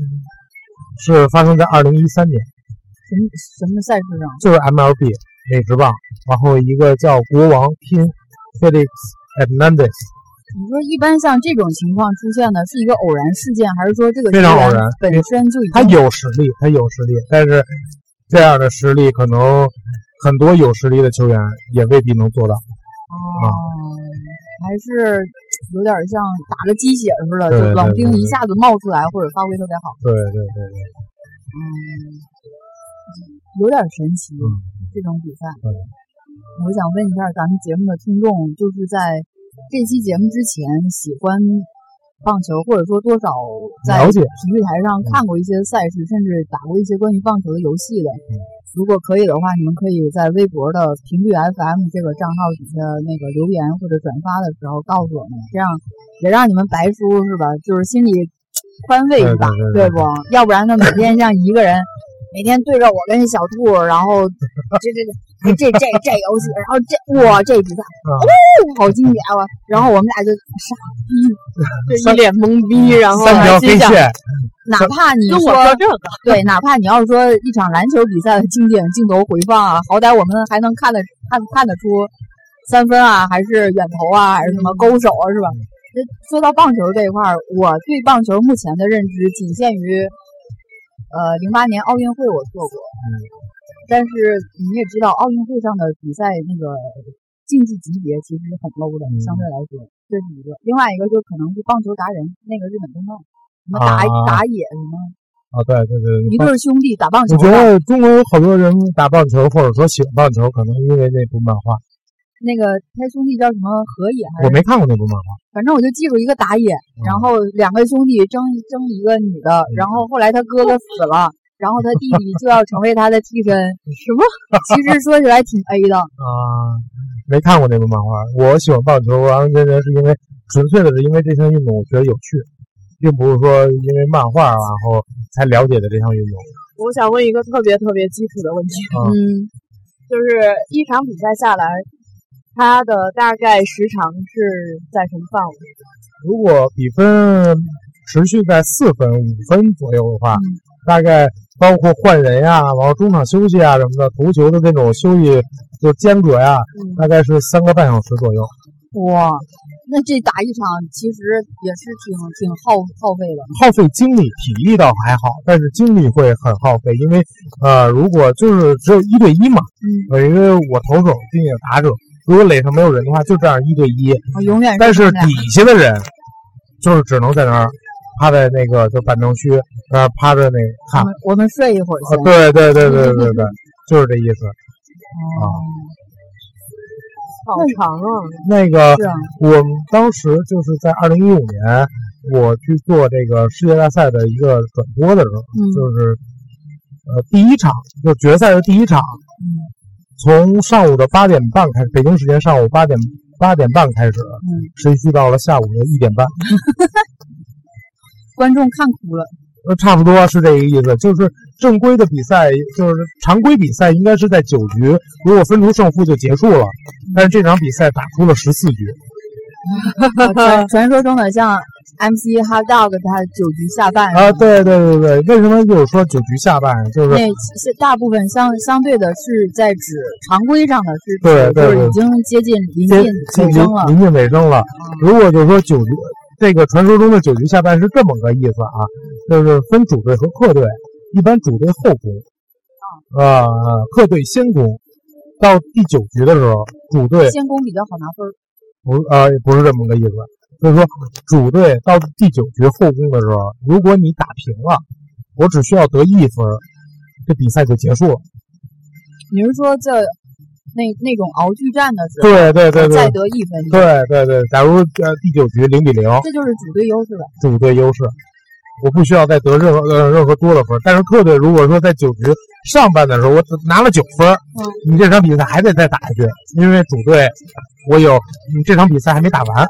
Speaker 3: 是发生在二零一三年。
Speaker 2: 什么什么赛事上？
Speaker 3: 就是 MLB 美职棒，然后一个叫国王 King Felix Hernandez，
Speaker 2: 你说一般像这种情况出现的是一个偶然事件，还是说这个
Speaker 3: 非
Speaker 2: 艺人
Speaker 3: 常偶然
Speaker 2: 本身就已
Speaker 3: 他
Speaker 2: 经
Speaker 3: 有实力，他有实力，但是这样的实力可能很多有实力的球员也未必能做到。
Speaker 2: 哦，
Speaker 3: 啊
Speaker 2: 还是有点像打了鸡血似的，就
Speaker 3: 对对
Speaker 2: 冷
Speaker 3: 对
Speaker 2: 冰
Speaker 3: 对
Speaker 2: 一下子冒出来，或者发挥特别好，
Speaker 3: 对对对对，
Speaker 2: 嗯，有点神奇、
Speaker 3: 嗯
Speaker 2: 这种比赛
Speaker 3: 嗯。
Speaker 2: 我想问一下咱们节目的听众，就是在这期节目之前喜欢棒球，或者说多少在
Speaker 3: 了解嗯
Speaker 2: 体育台上看过一些赛事，甚至打过一些关于棒球的游戏的。如果可以的话，你们可以在微博的频率 FM 这个账号底下那个留言或者转发的时候告诉我们，这样也让你们白叔是吧？就是心里宽慰一把，
Speaker 3: 对对对对
Speaker 2: 不？要不然呢，每天像一个人，每天对着我跟小兔，然后这这这这这这游戏，然后这哇这比赛，
Speaker 3: 啊
Speaker 2: 哦，好经典啊！然后我们俩就傻 逼，就一脸懵逼，然后
Speaker 3: 嗯三条
Speaker 2: 心
Speaker 3: 黑
Speaker 2: 想，
Speaker 3: 线，
Speaker 2: 哪怕你
Speaker 6: 跟我
Speaker 2: 说
Speaker 6: 说这个，
Speaker 4: 嗯
Speaker 2: 对，哪怕你要是说一场篮球比赛的经典镜头回放啊，好歹我们还能看得看看得出三分啊，还是远投啊，还是什
Speaker 3: 嗯
Speaker 2: 么勾手啊，是吧？那说到棒球这一块儿，我对棒球目前的认知仅限于，呃，零八年奥运会我做过，
Speaker 3: 嗯
Speaker 2: 但是你也知道，奥运会上的比赛那个竞技级别其实是很 low 的，
Speaker 3: 嗯
Speaker 2: 相对来说，这是一个。另外一个就可能是棒球达人，那个日本动漫，什么打、
Speaker 3: 啊
Speaker 2: 打野什么。
Speaker 3: 啊，对对对
Speaker 2: 一对
Speaker 3: 对
Speaker 2: 儿兄弟打棒球
Speaker 3: 我觉
Speaker 2: 的，
Speaker 3: 得中国有好多人打棒球，或者说喜欢棒球，可能因为那部漫画，
Speaker 2: 那个他兄弟叫什么河野还
Speaker 3: 我
Speaker 2: 是？
Speaker 3: 没看过那部漫画。
Speaker 2: 反正我就记住一个打野，
Speaker 3: 嗯
Speaker 2: 然后两个兄弟争争一个女的，然后后来他哥哥死了，然后他弟弟就要成为他的替 身。
Speaker 3: 嗯
Speaker 2: 什么？其实说起来挺 A 的。
Speaker 3: 啊，没看过那部漫画。我喜欢棒球，完完全全是因为纯粹的是因为这项运动我觉得有趣，并不是说因为漫画啊然后才了解的这项运动。
Speaker 4: 我想问一个特别特别基础的问题，
Speaker 3: 啊
Speaker 2: 嗯，
Speaker 4: 就是一场比赛下来，它的大概时长是在什么范围？
Speaker 3: 如果比分持续在四分、五分左右的话，大概包括换人呀、然后中场休息啊什么的，投球的这种休息就是间隔呀、
Speaker 2: 嗯
Speaker 3: 大概是三个半小时左右。
Speaker 2: 哇，那这打一场其实也是挺挺耗耗费的。
Speaker 3: 耗费精力，体力倒还好，但是精力会很耗费，因为呃，如果就是只有一对一嘛，
Speaker 2: 嗯
Speaker 3: 呃，因为我投手并且打者，如果垒上没有人的话，就这样一对一，
Speaker 2: 我永远
Speaker 3: 但是
Speaker 2: 他们俩
Speaker 3: 底下的人就是只能在那儿趴在那个就板凳区那儿趴着那个看
Speaker 2: 我，们我们睡一会儿
Speaker 3: 啊
Speaker 2: 先。，
Speaker 3: 对对对对对对，就是这意思。
Speaker 2: 哦
Speaker 4: 好长啊！
Speaker 3: 啊那个
Speaker 2: 是啊，
Speaker 3: 我们当时就是在二零一五年，我去做这个世界大赛的一个转播的时候，
Speaker 2: 嗯
Speaker 3: 就是呃第一场，就决赛的第一场，从上午的八点半开始，北京时间上午八点八点半开始，
Speaker 2: 嗯
Speaker 3: 持续到了下午的一点半，
Speaker 2: 观众看哭了。
Speaker 3: 呃，差不多是这个意思。就是正规的比赛，就是常规比赛应该是在九局，如果分出胜负就结束了，但是这场比赛打出了十四局。
Speaker 2: 啊传传说中的像 MC Hot Dog，他九局下半
Speaker 3: 啊，对对对对，为什么就是说九局下半就是
Speaker 2: 那其实大部分相相对的是在指常规上的是
Speaker 3: 对
Speaker 2: 指
Speaker 3: 对
Speaker 2: 就是
Speaker 3: 对
Speaker 2: 已经接近临
Speaker 3: 接
Speaker 2: 近尾
Speaker 3: 近
Speaker 2: 声了。嗯
Speaker 3: 临近尾声了。如果就是说九局，这个传说中的九局下半是这么个意思啊，就是分主队和客队，一般主队后攻，
Speaker 2: 嗯
Speaker 3: 呃，客队先攻。到第九局的时候，主队
Speaker 2: 先攻比较好拿分儿，
Speaker 3: 不呃不是这么个意思，就是说主队到第九局后攻的时候，如果你打平了，我只需要得一分，这比赛就结束了。
Speaker 2: 你是说这那那种熬巨战的时候，
Speaker 3: 对对对对，
Speaker 2: 再得一分，
Speaker 3: 对对对，假如呃第九局零比零，
Speaker 2: 这就是主队优势吧？
Speaker 3: 主队优势，我不需要再得任何呃任何多的分儿。但是客队如果说在九局上半的时候我只拿了九分儿，
Speaker 2: 嗯
Speaker 3: 你这场比赛还得再打下去，因为主队我有你这场比赛还没打完。
Speaker 2: 嗯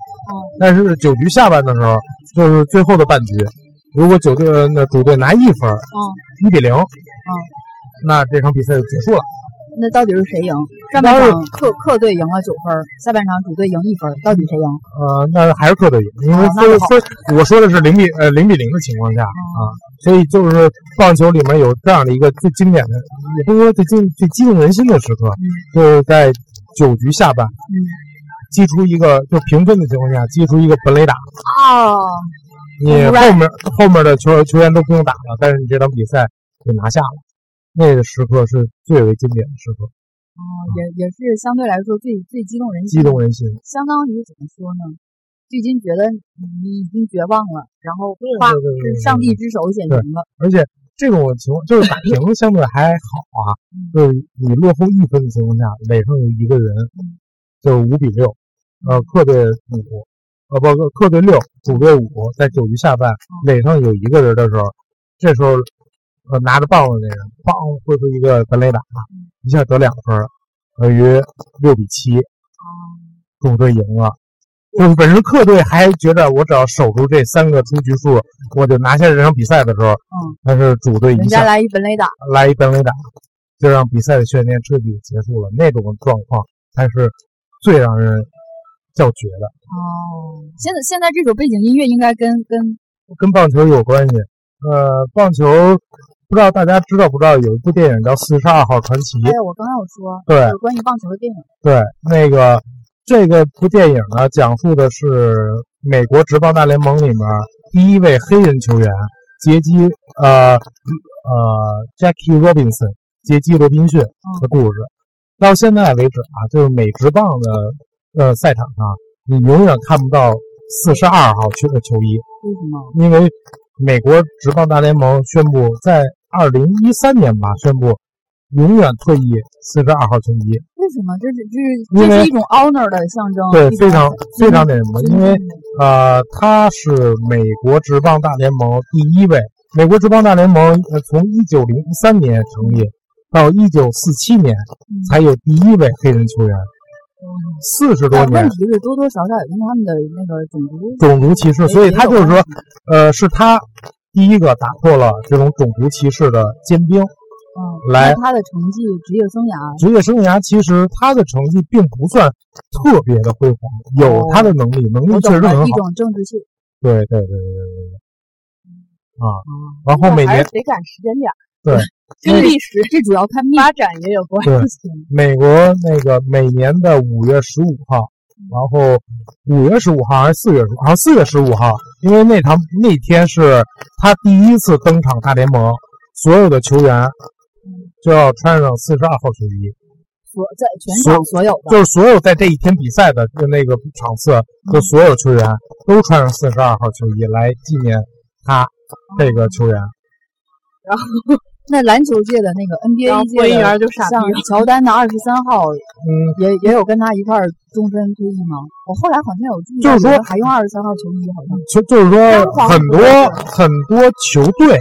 Speaker 3: 但是九局下半的时候，就是最后的半局，如果九队呃那主队拿一分儿，
Speaker 2: 嗯
Speaker 3: 一比零，那这场比赛就结束了。
Speaker 2: 那到底是谁赢？上半场客客队赢了九分儿，下半场主队赢一分儿，到底谁赢？
Speaker 3: 呃，那还是客队赢，因为
Speaker 2: 哦那
Speaker 3: 分
Speaker 2: 就好
Speaker 3: 分，我说的是零比呃零比零的情况
Speaker 2: 哦
Speaker 3: 下啊，所以就是棒球里面有这样的一个最经典的，
Speaker 2: 嗯
Speaker 3: 也不是说最激最激动人心的时刻，就是在九局下半，
Speaker 7: 击出一个就平分的情况下击出一个本垒打，
Speaker 2: 哦，
Speaker 7: 你后面后面的球球员都不用打了，但是你这场比赛给拿下了，那个时刻是最为经典的时刻，
Speaker 2: 哦也也是相对来说最最激动人心
Speaker 7: 激
Speaker 2: 的，
Speaker 7: 动人心。
Speaker 2: 相当于怎么说呢？巨金觉得你已经绝望了，然后啪，
Speaker 7: 对对对对
Speaker 2: 是上帝之手显
Speaker 7: 对
Speaker 2: 灵了。
Speaker 7: 而且这种情况就是打平相对还好啊，就是你落后一分的情况下，垒上有一个人，就是五比六，呃，客队五，呃，不，客队六，主队五，在九局下半
Speaker 2: 哦
Speaker 7: 垒上有一个人的时候，这时候呃拿着棒子那人，梆挥出一个本垒打，一下得两分，等于六比七，
Speaker 2: 哦
Speaker 7: 主队赢了。就是本身客队还觉得我只要守住这三个出局数，我就拿下这场比赛的时候，但是主队一
Speaker 2: 哦人
Speaker 7: 下
Speaker 2: 家来一本垒打，
Speaker 7: 来一本垒打，就让比赛的悬念彻底结束了。那种状况才是最让人叫绝的，
Speaker 2: 哦，现在现在这首背景音乐应该跟跟
Speaker 7: 跟棒球有关系。呃，棒球不知道大家知道不知道，有一部电影叫《四十二号传奇》，
Speaker 2: 哎呀，我刚才有说，
Speaker 7: 对
Speaker 2: 就是关于棒球的电影，
Speaker 7: 对，那个这个部电影呢，讲述的是美国职棒大联盟里面第一位黑人球员杰基呃呃 Jackie Robinson 杰基罗宾逊
Speaker 2: 嗯
Speaker 7: 的故事。到现在为止啊，就是美职棒的呃赛场上，你永远看不到四十二号球的呃球衣，
Speaker 2: 为什么？
Speaker 7: 因为美国职棒大联盟宣布在二零一三年吧，宣布永远退役四十二号球衣。
Speaker 2: 为什么？这是
Speaker 7: 因
Speaker 2: 这
Speaker 7: 为
Speaker 2: 是这是一种 honor 的象征，啊
Speaker 7: 对
Speaker 2: 哦一，嗯种
Speaker 7: 非常非常那什么，
Speaker 2: 尊敬
Speaker 7: 因为呃，他是美国职棒大联盟第一位。美国职棒大联盟呃，从一九零三年成立到一九四七年，
Speaker 2: 嗯
Speaker 7: 才有第一位黑人球员，四十多
Speaker 2: 但
Speaker 7: 年
Speaker 2: 哦问题是多多少少也跟他们的那个种族
Speaker 7: 种族歧视，所以他
Speaker 2: 啊
Speaker 7: 就是说，呃，是他第一个打破了这种种族歧视的尖兵。
Speaker 2: 嗯，那
Speaker 7: 来
Speaker 2: 他的成绩、职业生涯，
Speaker 7: 职业生涯其实他的成绩并不算特别的辉煌，有他的能力，能
Speaker 2: 哦我
Speaker 7: 嗯力确
Speaker 2: 懂
Speaker 7: 实很
Speaker 2: 了一
Speaker 7: 好。
Speaker 2: 种政治性，
Speaker 7: 对对对对对对对。啊，然后每
Speaker 8: 嗯哦还
Speaker 7: 年
Speaker 8: 是得赶时间点儿，
Speaker 2: 跟历史这主要看命。
Speaker 8: 发展也有关系。
Speaker 7: 对美国那个每年的五月十五号，
Speaker 8: 嗯
Speaker 7: 然后五月十五号还是四月15号，好像四月十五号，因为那场那天是他第一次登场大联盟，所有的球员
Speaker 8: 嗯
Speaker 7: 就要穿上四十二号球衣，
Speaker 2: 所在全场所有的，
Speaker 7: 就是所有在这一天比赛的就那个场次
Speaker 8: 嗯
Speaker 7: 的所有球员都穿上四十二号球衣来纪念他这个球员。
Speaker 2: 那篮球界的那个 NBA
Speaker 8: 然后播
Speaker 2: 界
Speaker 8: 音
Speaker 2: 的，
Speaker 8: 员就傻逼
Speaker 2: 像
Speaker 8: 了。
Speaker 2: 乔丹的二十三号
Speaker 7: 嗯，
Speaker 2: 也也有跟他一块儿终身退役吗？我后来好像有注意
Speaker 7: 就
Speaker 2: 到，
Speaker 7: 是说
Speaker 2: 有人还用二十三号球衣，好像
Speaker 7: 就就是说很多很多球队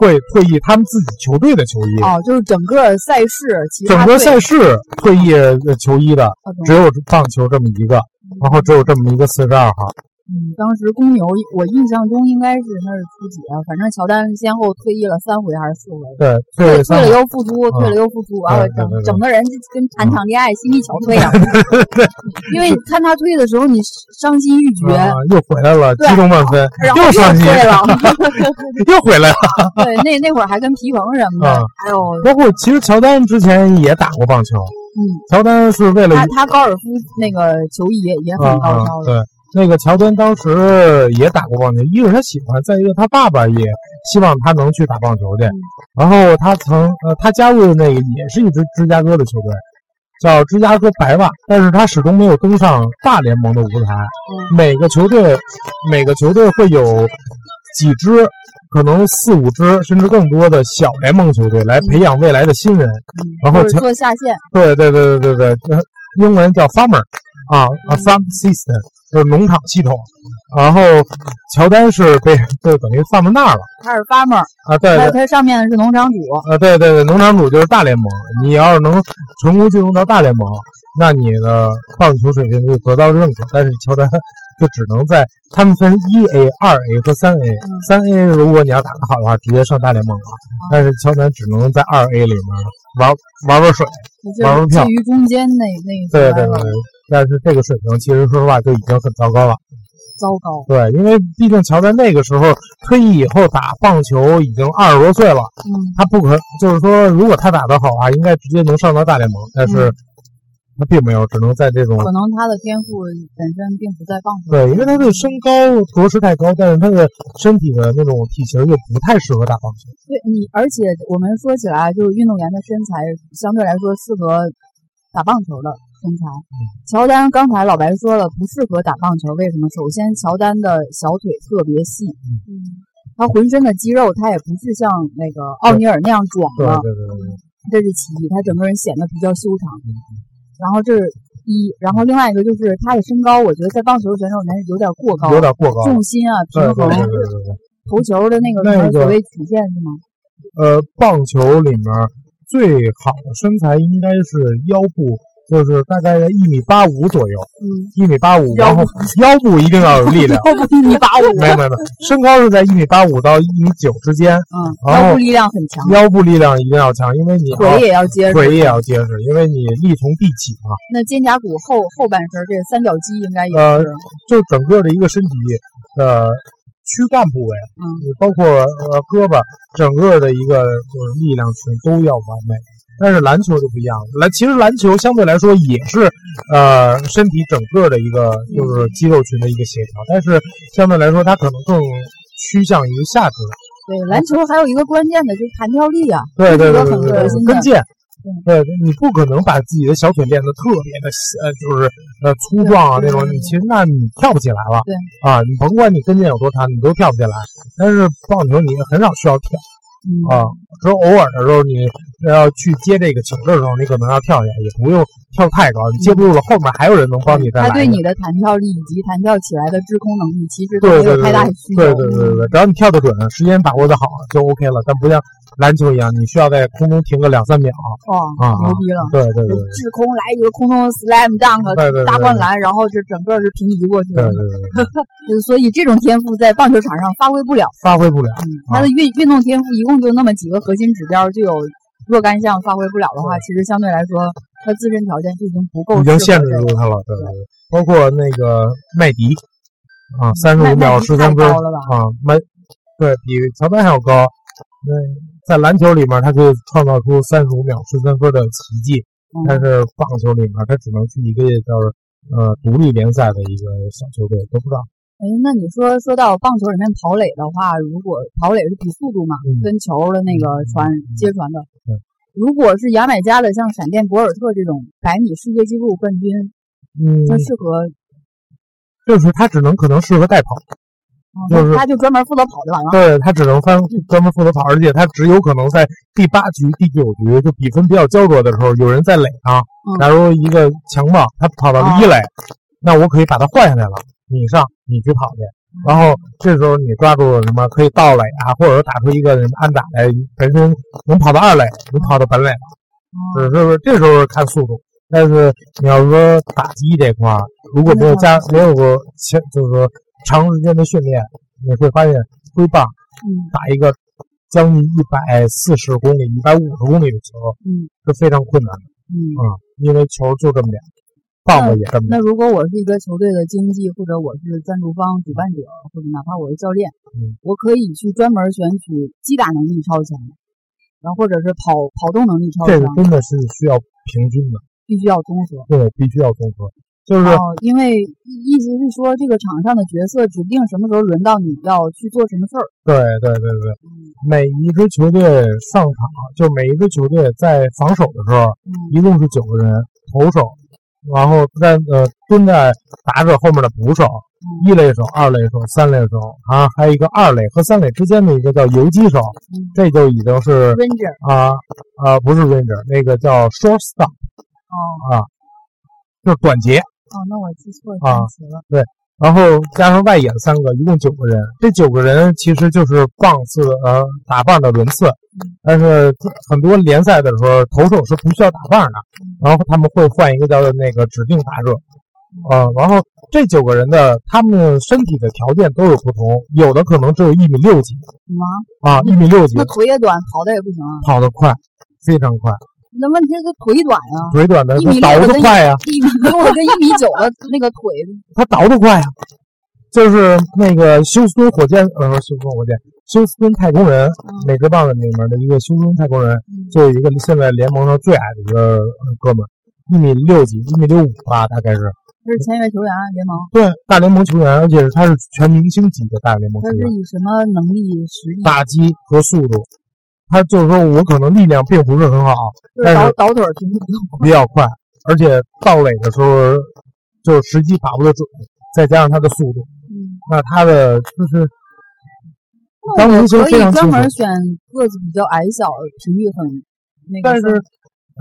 Speaker 7: 会退役他们自己球队的球衣，
Speaker 2: 哦，就是整个赛事，其他
Speaker 7: 整个
Speaker 2: 队啊
Speaker 7: 赛事退役的球衣的
Speaker 2: 我懂
Speaker 7: 只有棒球这么一个，然后只有这么一个四十二号。
Speaker 2: 嗯，当时公牛，我印象中应该是那是初几啊？反正乔丹先后退役了三回还是四回，
Speaker 7: 对，
Speaker 2: 退
Speaker 7: 退
Speaker 2: 退
Speaker 7: 三
Speaker 2: 了
Speaker 7: 号。
Speaker 2: 又复出，退了又复出，啊，
Speaker 7: 对对
Speaker 2: 整
Speaker 7: 对对嗯
Speaker 2: 整个人就跟谈场恋爱、心力憔 悴啊。因为看他退的时候，你伤心欲绝，
Speaker 7: 啊，又回来了，
Speaker 2: 对哦
Speaker 7: 激动万分，
Speaker 2: 然后
Speaker 7: 又上心，
Speaker 2: 退 了。嗯
Speaker 7: 又回来了。
Speaker 2: 对，那那会儿还跟皮蓬什么的哎
Speaker 7: 啊，
Speaker 2: 还有
Speaker 7: 包括其实乔丹之前也打过棒球，
Speaker 2: 嗯，
Speaker 7: 乔丹是为了
Speaker 2: 他他高尔夫那个球衣也也
Speaker 7: 啊
Speaker 2: 很高
Speaker 7: 啊
Speaker 2: 超的。
Speaker 7: 对，那个乔丹当时也打过棒球，一个是他喜欢，再一个他爸爸也希望他能去打棒球去。
Speaker 2: 嗯
Speaker 7: 然后他曾呃，他加入的那个也是一支芝加哥的球队，叫芝加哥白袜，但是他始终没有登上大联盟的舞台。
Speaker 2: 嗯
Speaker 7: 每个球队每个球队会有几支。可能四五支甚至更多的小联盟球队来培养未来的新人，
Speaker 2: 嗯
Speaker 7: 然后
Speaker 2: 就
Speaker 7: 乔
Speaker 2: 是做下线，
Speaker 7: 对对对对对对，呃英文叫 farmer 啊啊 farm system 就是农场系统。然后乔丹是被就等于放到那儿了
Speaker 2: 他是 farmer，
Speaker 7: 啊，对
Speaker 2: 他
Speaker 7: 对。
Speaker 2: 他上面是农场主，
Speaker 7: 啊，对对对，农场主就是大联盟。你要是能成功进入到大联盟，那你的棒球水平就得到认可。但是乔丹就只能在他们分一 A、二 A 和三 A。三 A 如果你要打得好的话，直接上大联盟了。但是乔丹只能在二 A 里面玩玩玩水，
Speaker 2: 就
Speaker 7: 玩
Speaker 2: 是
Speaker 7: 门票
Speaker 2: 介于中间那那一
Speaker 7: 对对
Speaker 2: 圈
Speaker 7: 对
Speaker 2: 了，，
Speaker 7: 但是这个水平其实说实话就已经很糟糕了。
Speaker 2: 糟糕。
Speaker 7: 对，因为毕竟乔丹那个时候退役以后打棒球已经二十多岁了，
Speaker 2: 嗯，嗯
Speaker 7: 他不可就是说，如果他打得好啊，应该直接能上到大联盟。但是他并没有，只能在这种
Speaker 2: 可能他的天赋本身并不在棒球。
Speaker 7: 对，因为他的身高着实太高，但是他的身体的那种体型又不太适合打棒球。
Speaker 2: 对你，而且我们说起来，就是运动员的身材相对来说适合打棒球的身材。
Speaker 7: 嗯
Speaker 2: 乔丹刚才老白说了，不适合打棒球，为什么？首先，乔丹的小腿特别细，
Speaker 9: 嗯，
Speaker 2: 他浑身的肌肉，他也不是像那个奥尼尔那样壮
Speaker 7: 对
Speaker 2: 了，
Speaker 7: 对对对对，
Speaker 2: 这是其一，他整个人显得比较修长。
Speaker 7: 嗯
Speaker 2: 然后这是一，然后另外一个就是他的身高，我觉得在棒球选手里面是有点过高，
Speaker 7: 有点过高。
Speaker 2: 重心啊，
Speaker 7: 对
Speaker 2: 平
Speaker 7: 对
Speaker 2: 衡
Speaker 7: 对对，对对。
Speaker 2: 投球的那个
Speaker 7: 那
Speaker 2: 什么
Speaker 7: 个
Speaker 2: 所谓曲线是吗？
Speaker 7: 呃，棒球里面最好的身材应该是腰部，就是大概在一米八五左右，
Speaker 2: 嗯，
Speaker 7: 一米八五，
Speaker 2: 腰。
Speaker 7: 然后腰部一定要有力量
Speaker 2: 腰部一米八五，
Speaker 7: 没有没有，没有身高是在一米八五到一米九之间，
Speaker 2: 嗯，
Speaker 7: 然后
Speaker 2: 腰部力量很强，
Speaker 7: 腰部力量一定要强，因为你
Speaker 2: 腿也要结实。
Speaker 7: 哦腿也要结实，因为你力从地起嘛。
Speaker 2: 那肩胛骨后后半身这三角肌应该也
Speaker 7: 呃
Speaker 2: 是，
Speaker 7: 就整个的一个身体的躯干部位，
Speaker 2: 嗯，
Speaker 7: 包括呃胳膊，整个的一个就是力量群都要完美。但是篮球就不一样了，篮其实篮球相对来说也是，呃，身体整个的一个就是肌肉群的一个协调，但是相对来说它可能更趋向于下肢，
Speaker 2: 对篮球还有一个关键的就是弹跳力啊，
Speaker 7: 对对对
Speaker 2: 这是一个很
Speaker 7: 对对
Speaker 2: 核心的嗯
Speaker 7: 对，跟腱，对你不可能把自己的小腿练得特别的呃，就是呃粗壮啊
Speaker 2: 对
Speaker 7: 那种，
Speaker 2: 对
Speaker 7: 你其实那你跳不起来了，
Speaker 2: 对
Speaker 7: 啊，你甭管你跟腱有多长，你都跳不起来。但是棒球你很少需要跳
Speaker 2: 嗯，
Speaker 7: 啊，只有偶尔的时候你要去接这个球的时候，你可能要跳一下，也不用跳太高，你接不住了，后面还有人能帮你再来
Speaker 2: 他
Speaker 7: 一个。
Speaker 2: 对你的弹跳力以及弹跳起来的制空能力，其实都
Speaker 7: 对
Speaker 2: 没
Speaker 7: 对
Speaker 2: 有
Speaker 7: 对
Speaker 2: 太大的嗯需求。
Speaker 7: 对对对对对，只要你跳得准，时间把握的好就 OK 了。但不像篮球一样，你需要在空中停个两三秒。
Speaker 2: 哇
Speaker 7: 啊，
Speaker 2: 哦牛逼了！
Speaker 7: 对对对对。
Speaker 2: 滞空来一个空中 slam
Speaker 7: 对对
Speaker 2: dunk
Speaker 7: 对
Speaker 2: 大灌篮，然后这整个是平移过去
Speaker 7: 对
Speaker 2: 的
Speaker 7: 对，对，对
Speaker 2: 就是所以这种天赋在棒球场上发挥不了。
Speaker 7: 发挥不了。
Speaker 2: 嗯，他的运运动天赋一共就那么几个核心指标，就有若干项发挥不了的话，其实相对来说，他自身条件就已经不够，
Speaker 7: 已经限制住。他了。对对对，包括那个麦迪啊，三十
Speaker 2: 嗯麦
Speaker 7: 五秒
Speaker 2: 麦迪
Speaker 7: 十三分
Speaker 2: 太
Speaker 7: 啊
Speaker 2: 高了吧，
Speaker 7: 麦对比乔丹还要高。那在篮球里面，他可以创造出三十五秒十三分的奇迹，但
Speaker 2: 嗯，
Speaker 7: 是棒球里面，他只能去一个就是呃独立联赛的一个小球队，都不知道。
Speaker 2: 哎，那你说说到棒球里面跑垒的话，如果跑垒是比速度嘛，
Speaker 7: 嗯
Speaker 2: 跟球的那个传接传的
Speaker 7: 对，
Speaker 2: 如果是牙买加的像闪电博尔特这种百米世界纪录冠军，
Speaker 7: 嗯，
Speaker 2: 他适合，
Speaker 7: 就是他只能可能适合代跑，
Speaker 2: 啊
Speaker 7: 就是
Speaker 2: 他就专门负责跑就完了。
Speaker 7: 对他只能翻专门负责跑，而且他只有可能在第八局、第九局就比分比较焦灼的时候，有人在垒上
Speaker 2: 嗯，
Speaker 7: 假如一个强棒他跑到了一垒，那我可以把他换下来了，你上，你去跑去。然后这时候你抓住什么可以盗垒啊，或者打出一个什么安打来，本身能跑到二垒，能跑到本垒了，只是说这时候看速度。但是你要说打击这块儿，如果没有加没有过前就是说长时间的训练，你会发现挥棒
Speaker 2: 嗯
Speaker 7: 打一个将近一百四十公里、一百五十公里的球
Speaker 2: 嗯
Speaker 7: 是非常困难的
Speaker 2: 嗯。
Speaker 7: 啊、因为球就这么点儿，棒子也这么
Speaker 2: 那
Speaker 7: 点儿。
Speaker 2: 如果我是一个球队的经纪，或者我是赞助方、主办者，或者哪怕我是教练，
Speaker 7: 嗯
Speaker 2: 我可以去专门选取击打能力超强的，然后或者是跑跑动能力超
Speaker 7: 这个
Speaker 2: 强，
Speaker 7: 真的是需要平均的，
Speaker 2: 必须要综合。
Speaker 7: 对，必须要综合。就是
Speaker 2: 然后，因为意思是说，这个场上的角色指定什么时候轮到你要去做什么事儿。
Speaker 7: 对对对对，每一支球队上场，就每一支球队在防守的时候，
Speaker 2: 嗯
Speaker 7: 一共是九个人，投手，然后在呃蹲在打者后面的捕手，
Speaker 2: 嗯
Speaker 7: 一垒手、二垒手、三垒手啊，还有一个二垒和三垒之间的一个叫游击手，
Speaker 2: 嗯
Speaker 7: 这就已经是
Speaker 2: Ranger
Speaker 7: 啊啊，不是 Ranger，那个叫 shortstop
Speaker 2: 哦
Speaker 7: 啊，就是短截，
Speaker 2: 哦，那我记错
Speaker 7: 啊
Speaker 2: 单词了。
Speaker 7: 然后加上外野三个，一共九个人。这九个人其实就是棒次呃打棒的轮次，
Speaker 2: 嗯
Speaker 7: 但是很多联赛的时候，投手是不需要打棒的，
Speaker 2: 嗯
Speaker 7: 然后他们会换一个叫做那个指定打者，
Speaker 2: 嗯
Speaker 7: 呃，然后这九个人的他们身体的条件都有不同，有的可能只有一米六几
Speaker 2: 嗯啊，
Speaker 7: 啊，一米六几
Speaker 2: 那腿也短，跑的也不行啊。
Speaker 7: 跑得快，非常快，
Speaker 2: 那问题是腿短呀、
Speaker 7: 腿短的
Speaker 2: 一
Speaker 7: 他
Speaker 2: 米
Speaker 7: 呃倒
Speaker 2: 六
Speaker 7: 得
Speaker 2: 跟
Speaker 7: 快呀、啊
Speaker 2: 一米 六跟一米九的那个腿，
Speaker 7: 他倒得快啊，就是那个休斯顿火箭，呃，不是休斯顿火箭，休斯顿太空人，
Speaker 10: 嗯
Speaker 7: 美职棒里面的一个休斯顿太空人，就是一个现在联盟上最矮的一个呃哥们儿，一米六几，一米六五吧，大概是。
Speaker 10: 这是签约球员啊联盟，
Speaker 7: 对，大联盟球员，而且是他是全明星级的大联盟
Speaker 10: 他
Speaker 7: 球
Speaker 10: 是
Speaker 7: 员，
Speaker 10: 以什么能力、实力？
Speaker 7: 打击和速度。他就是说我可能力量并不是很好，
Speaker 10: 就是
Speaker 7: 但
Speaker 10: 倒
Speaker 7: 是
Speaker 10: 倒腿儿平衡。
Speaker 7: 比较快，而且到垒的时候就时机把握的准，再加上他的速度，
Speaker 10: 嗯，
Speaker 7: 那他的就是
Speaker 10: 那
Speaker 7: 当
Speaker 10: 我
Speaker 7: 时就
Speaker 10: 可以
Speaker 7: 非常
Speaker 10: 专
Speaker 7: 清
Speaker 10: 门
Speaker 7: 楚
Speaker 10: 选个子比较矮小、频率很那
Speaker 7: 但
Speaker 10: 个
Speaker 7: 是
Speaker 10: 算。，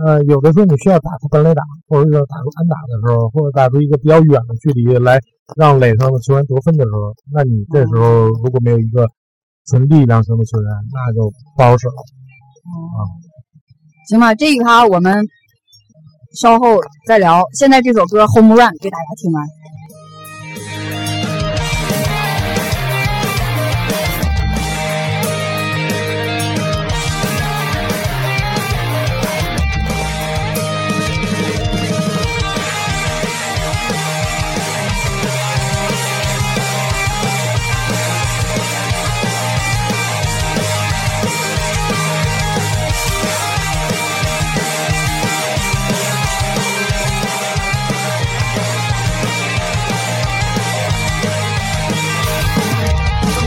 Speaker 7: 呃，有的时候你需要打出本垒打，或者是打出安打的时候，或者打出一个比较远的距离来让垒上的球员得分的时候，那你这时候如果没有一个纯力量型的球员，那就不好使了。
Speaker 10: 行吧，这一趴我们稍后再聊。现在这首歌《Home Run》给大家听完。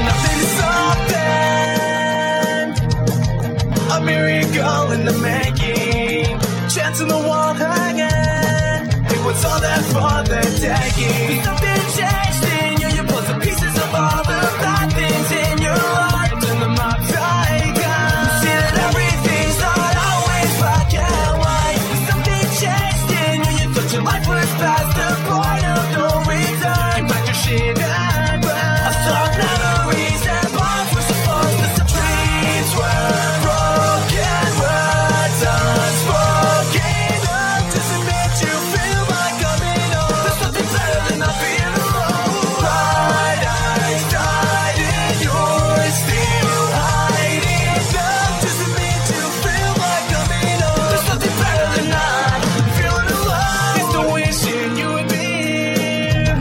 Speaker 11: Nothing's something. A miracle in the making. Chance in the wall hanging. It was all there for the taking. But Something changed in you. You pulled the pieces of all the bad things in your life. Turn them upside down. You see that everything's not always black and white. But Something changed in you. You thought your life was past the point of no return. You packed your shit and ran. I saw memories and bonds were supposed to Dreams were broken, words unspoken. Love doesn't make you feel like I'm in love. There's nothing better than not being alone. Bright eyes died in yours, still hiding. Love doesn't make you feel like I'm in love. There's nothing better than not feeling alone. It's the wishing you would be here.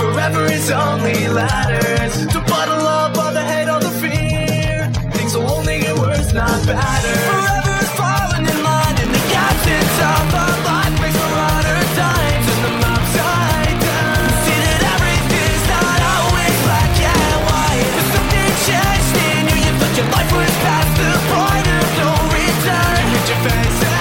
Speaker 11: Forever is only ladders to bottle up all the hate, all the fear. Things will only get worse, not better. Forever is falling in line, and the gaps inside our life makes for harder times. And the mob's upside down. You See that everything's not always black and white. There's something changed in you. You thought your life was past the point of no return. You hit your face and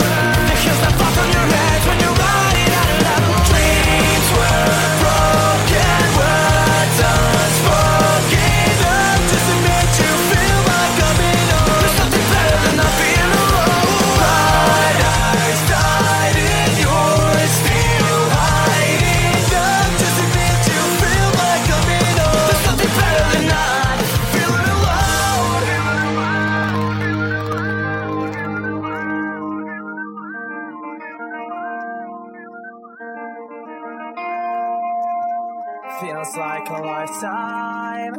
Speaker 11: burn. The hills that fall from your heads when you're running out of love. Dreams were broken, words unspoken. Love doesn't make you feel like I'm in love. There's nothing better than not being alone. Bright eyes died in yours, still hiding. Love doesn't make you feel like I'm in love. There's nothing better than not feeling alone. Feels like a lifetime.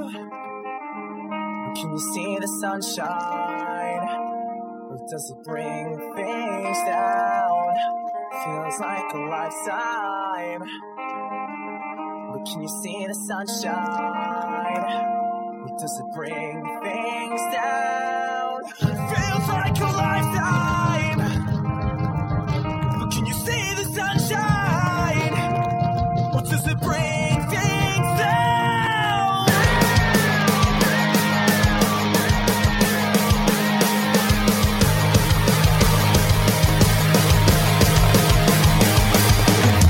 Speaker 11: Can you see the sunshine? Or does it bring things down? Feels like a lifetime. But can you see the sunshine? Or does it bring things down? Feels like a lifetime. But can you see the sunshine? Or does it bring things down?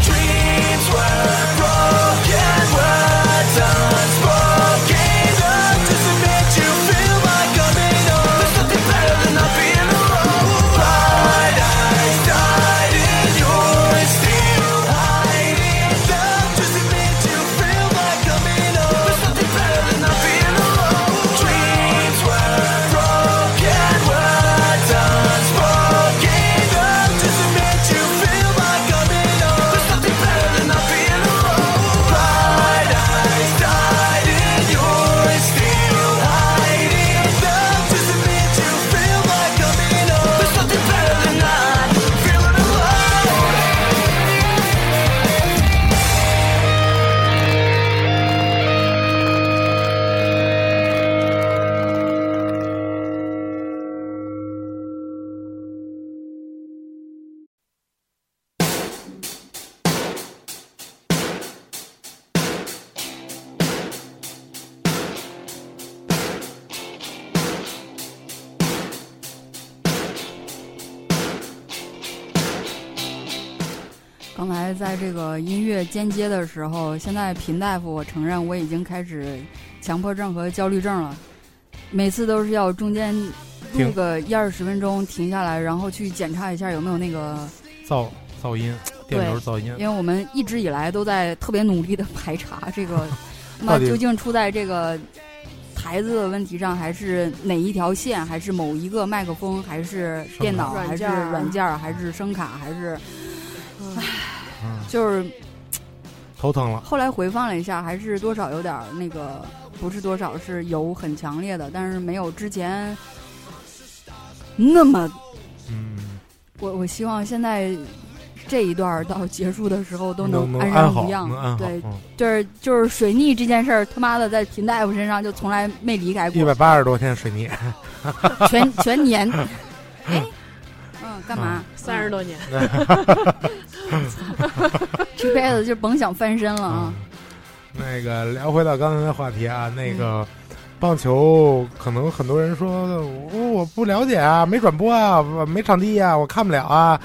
Speaker 11: Dreams were broken, words unspoken. Love doesn't make you feel like I'm in love. There's nothing better than not being alone.
Speaker 2: 刚才在这个音乐间接的时候，现在平大夫，我承认我已经开始强迫症和焦虑症了，每次都是要中间录
Speaker 3: 停
Speaker 2: 个一二十分钟停下来，然后去检查一下有没有那个，
Speaker 3: 噪噪音，电流噪音
Speaker 2: 因为我们一直以来都在特别努力的排查这 个，那
Speaker 3: 到底
Speaker 2: 究竟出在这个台子的问题上，还是哪一条线，还是某一个麦克风，还是电脑，
Speaker 4: 软
Speaker 2: 还是
Speaker 4: 件儿啊
Speaker 2: 软件儿，还是声卡，还是
Speaker 4: 嗯
Speaker 2: 就是
Speaker 3: 头疼了。
Speaker 2: 后来回放了一下，还是多少有点儿那个，不是多少，是有很强烈的，但是没有之前那么。
Speaker 3: 嗯，
Speaker 2: 我我希望现在这一段儿到结束的时候都
Speaker 3: 能
Speaker 2: 安
Speaker 3: 安
Speaker 2: 然
Speaker 3: 好，
Speaker 2: 无恙
Speaker 3: 能。安好。
Speaker 2: 对，
Speaker 3: 嗯，
Speaker 2: 就是就是水逆这件事儿，他妈的在平大夫身上就从来没离开
Speaker 3: 一
Speaker 2: 过
Speaker 3: 百，八十多天水逆，
Speaker 2: 全全 年。哎，嗯，干嘛？
Speaker 4: 三十多年，
Speaker 2: 这辈子就甭想翻身了啊！
Speaker 3: 那个聊回到刚才的话题啊，那
Speaker 2: 嗯
Speaker 3: 个棒球可能很多人说我我不了解啊，没转播啊，我没场地啊，我看不了啊。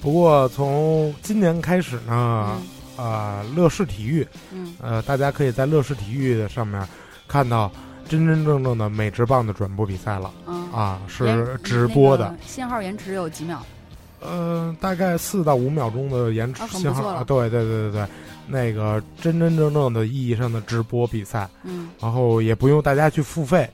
Speaker 3: 不过从今年开始呢，啊、乐视体育，
Speaker 2: 嗯
Speaker 3: 呃，大家可以在乐视体育的上面看到真真正正的美职棒的转播比赛了
Speaker 2: 嗯啊，
Speaker 3: 啊，是直播
Speaker 2: 那
Speaker 3: 的，
Speaker 2: 个信号延迟有几秒？
Speaker 3: 呃，大概四到五秒钟的延迟
Speaker 2: 啊很不
Speaker 3: 信号，
Speaker 2: 错了
Speaker 3: 啊对对对对对，那个真真正正的意义上的直播比赛。
Speaker 2: 嗯，
Speaker 3: 然后也不用大家去付费，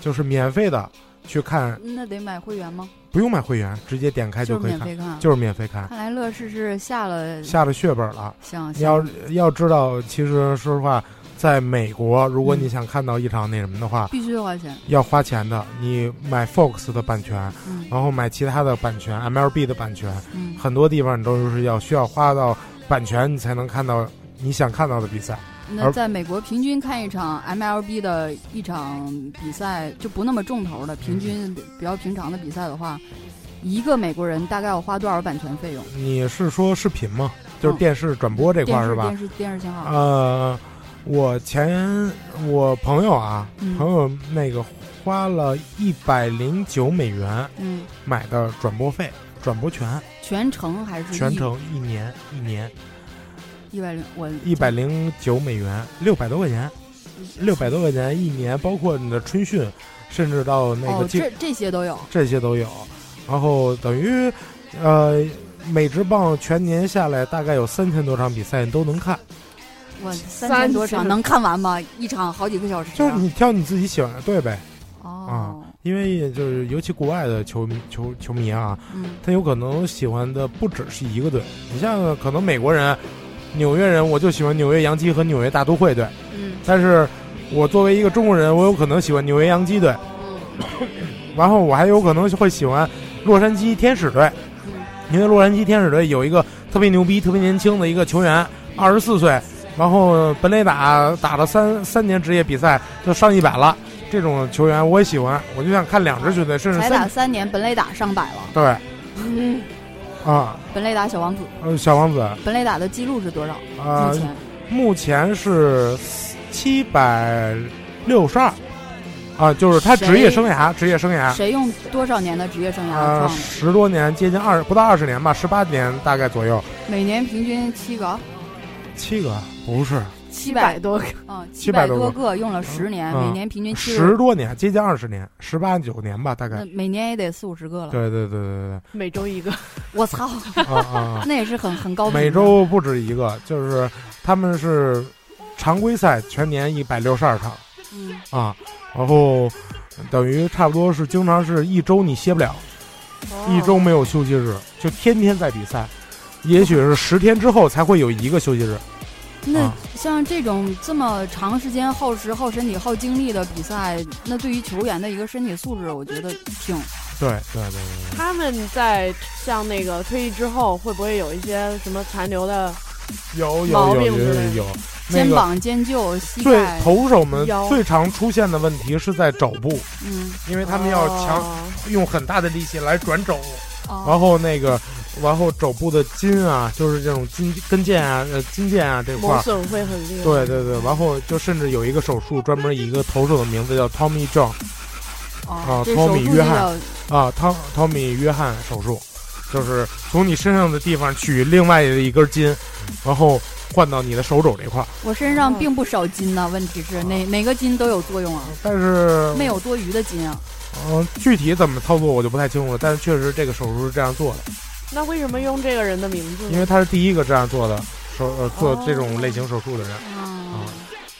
Speaker 3: 就是免费的去看，
Speaker 2: 那得买会员吗？
Speaker 3: 不用买会员，直接点开
Speaker 2: 就
Speaker 3: 就是可以
Speaker 2: 免
Speaker 3: 看，
Speaker 2: 费看啊。
Speaker 3: 就是免费看。
Speaker 2: 看来乐视是下了
Speaker 3: 下了血本了，
Speaker 2: 想
Speaker 3: 你要
Speaker 2: 想
Speaker 3: 要知道，其实说实话，在美国，如果
Speaker 2: 嗯
Speaker 3: 你想看到一场那什么的话，
Speaker 2: 必须花钱，
Speaker 3: 要花钱的。你买 Fox 的版权，
Speaker 2: 嗯
Speaker 3: 然后买其他的版权，MLB 的版权，
Speaker 2: 嗯，
Speaker 3: 很多地方你都是要需要花到版权，你才能看到你想看到的比赛。
Speaker 2: 那在美国平均看一场 MLB 的一场比赛，就不那么重头的，平
Speaker 3: 嗯
Speaker 2: 均比较平常的比赛的话，一个美国人大概要花多少版权费用？
Speaker 3: 你是说视频吗？就是
Speaker 2: 嗯
Speaker 3: 电视转播这块
Speaker 2: 电
Speaker 3: 儿
Speaker 2: 视
Speaker 3: 是吧？
Speaker 2: 电视电视信号，
Speaker 3: 呃，我前我朋友啊，
Speaker 2: 嗯
Speaker 3: 朋友那个花了一百零九美元
Speaker 2: 嗯，
Speaker 3: 买的转播费、转播权，
Speaker 2: 全程还是
Speaker 3: 全程一年
Speaker 2: 嗯
Speaker 3: 一年
Speaker 2: 一百零我
Speaker 3: 一百零九美元，六百多块钱，六百多块钱一年，包括你的春训，甚至到那
Speaker 2: 哦
Speaker 3: 个，竞、
Speaker 2: 这这些都有，
Speaker 3: 这些都有。然后等于，呃，美职棒全年下来大概有三千多场比赛，你都能看。
Speaker 2: 我三
Speaker 4: 三
Speaker 2: 千多
Speaker 4: 千
Speaker 2: 场能看完吗？一场好几个小时啊，
Speaker 3: 就是你啊挑你自己喜欢的队呗。
Speaker 2: 哦，
Speaker 3: 因为就是尤其国外的球迷球球迷啊，
Speaker 2: 嗯
Speaker 3: 他有可能喜欢的不只是一个队。你像可能美国人、啊纽约人，我就喜欢纽约洋基和纽约大都会队，
Speaker 2: 嗯
Speaker 3: 但是我作为一个中国人，我有可能喜欢纽约洋基队，
Speaker 2: 嗯
Speaker 3: 然后我还有可能会喜欢洛杉矶天使队，
Speaker 2: 嗯
Speaker 3: 因为洛杉矶天使队有一个特别牛逼、特别年轻的一个球员，二十四岁，然后本垒打打了三三年职业比赛就上一百了。这种球员我也喜欢，我就想看两支球队，甚至
Speaker 2: 才
Speaker 3: 三
Speaker 2: 打三年，本垒打上百了，
Speaker 3: 对，
Speaker 2: 嗯
Speaker 3: 啊，
Speaker 2: 本垒打小王子，
Speaker 3: 呃，小王子啊、
Speaker 2: 本垒打的记录是多少？
Speaker 3: 呃
Speaker 2: 目前
Speaker 3: 目前是七百六十二，啊，就是他职业生涯，职业生涯，
Speaker 2: 谁用多少年的职业生涯
Speaker 3: 啊，
Speaker 2: 创的？
Speaker 3: 十多年，接近二不到二十年吧，十八年大概左右，
Speaker 2: 每年平均七个，
Speaker 3: 七个
Speaker 2: 嗯
Speaker 3: 不是
Speaker 2: 七
Speaker 4: 百多个，
Speaker 2: 嗯，七
Speaker 3: 700
Speaker 2: 百
Speaker 3: 多
Speaker 2: 多
Speaker 3: 个
Speaker 2: 个，用了十年，
Speaker 3: 嗯
Speaker 2: 每年平均七
Speaker 3: 十，多年，接近二十年，十八九年吧，大概
Speaker 2: 那。每年也得四五十个了。
Speaker 3: 对对对对
Speaker 4: 每周一个，
Speaker 2: 我 操，
Speaker 3: 对对，啊
Speaker 2: 那也是很很高
Speaker 3: 啊，
Speaker 2: 频的。
Speaker 3: 每周不止一个，就是他们是常规赛全年一百六十二场。
Speaker 2: 嗯，
Speaker 3: 啊，然后等于差不多是经常是一周你歇不了，一周没有休息日，就天天在比赛，也许是十天之后才会有一个休息日。
Speaker 2: 那
Speaker 3: 啊
Speaker 2: 像这种这么长时间耗时、耗身体、耗精力的比赛，那对于球员的一个身体素质，我觉得挺
Speaker 3: 对对对对
Speaker 4: 他们在像那个退役之后，会不会有一些什么残留的？
Speaker 3: 对，有
Speaker 4: 毛
Speaker 3: 有
Speaker 4: 病
Speaker 3: 有
Speaker 4: 之
Speaker 3: 有
Speaker 4: 类
Speaker 3: 有
Speaker 4: 的
Speaker 3: 有，那
Speaker 2: 肩
Speaker 3: 个
Speaker 2: 膀、肩臼、膝
Speaker 3: 最
Speaker 2: 盖，
Speaker 3: 投手们
Speaker 4: 腰
Speaker 3: 最常出现的问题是在肘部，
Speaker 2: 嗯，
Speaker 3: 因为他们要强
Speaker 4: 哦
Speaker 3: 用很大的力气来转肘，然
Speaker 2: 哦，
Speaker 3: 后那个。然后肘部的筋啊，就是这种筋跟腱啊、呃筋腱啊这块
Speaker 4: 磨
Speaker 3: 儿，
Speaker 4: 损会很厉害。
Speaker 3: 对对对，然后就甚至有一个手术，专门一个投手的名字叫 Tommy John
Speaker 2: 哦，这
Speaker 3: 托
Speaker 2: 手
Speaker 3: 米
Speaker 2: 术
Speaker 3: 啊约
Speaker 2: 就
Speaker 3: 翰
Speaker 2: 叫
Speaker 3: 啊，汤 Tommy 约翰手术，就是从你身上的地方取另外的一根筋，然后换到你的手肘这块儿。
Speaker 2: 我身
Speaker 3: 嗯
Speaker 2: 上并不少筋呢，问题
Speaker 3: 啊
Speaker 2: 是哪哪个筋都有作用啊，
Speaker 3: 但是
Speaker 2: 没有多余的筋啊。
Speaker 3: 嗯、具体怎么操作我就不太清楚了，但是确实这个手术是这样做的，
Speaker 4: 那为什么用这个人的名字
Speaker 3: 因
Speaker 4: 呢？
Speaker 3: 为他是第一个这样做的手呃做
Speaker 4: 哦
Speaker 3: 这种类型手术的人。
Speaker 2: 嗯，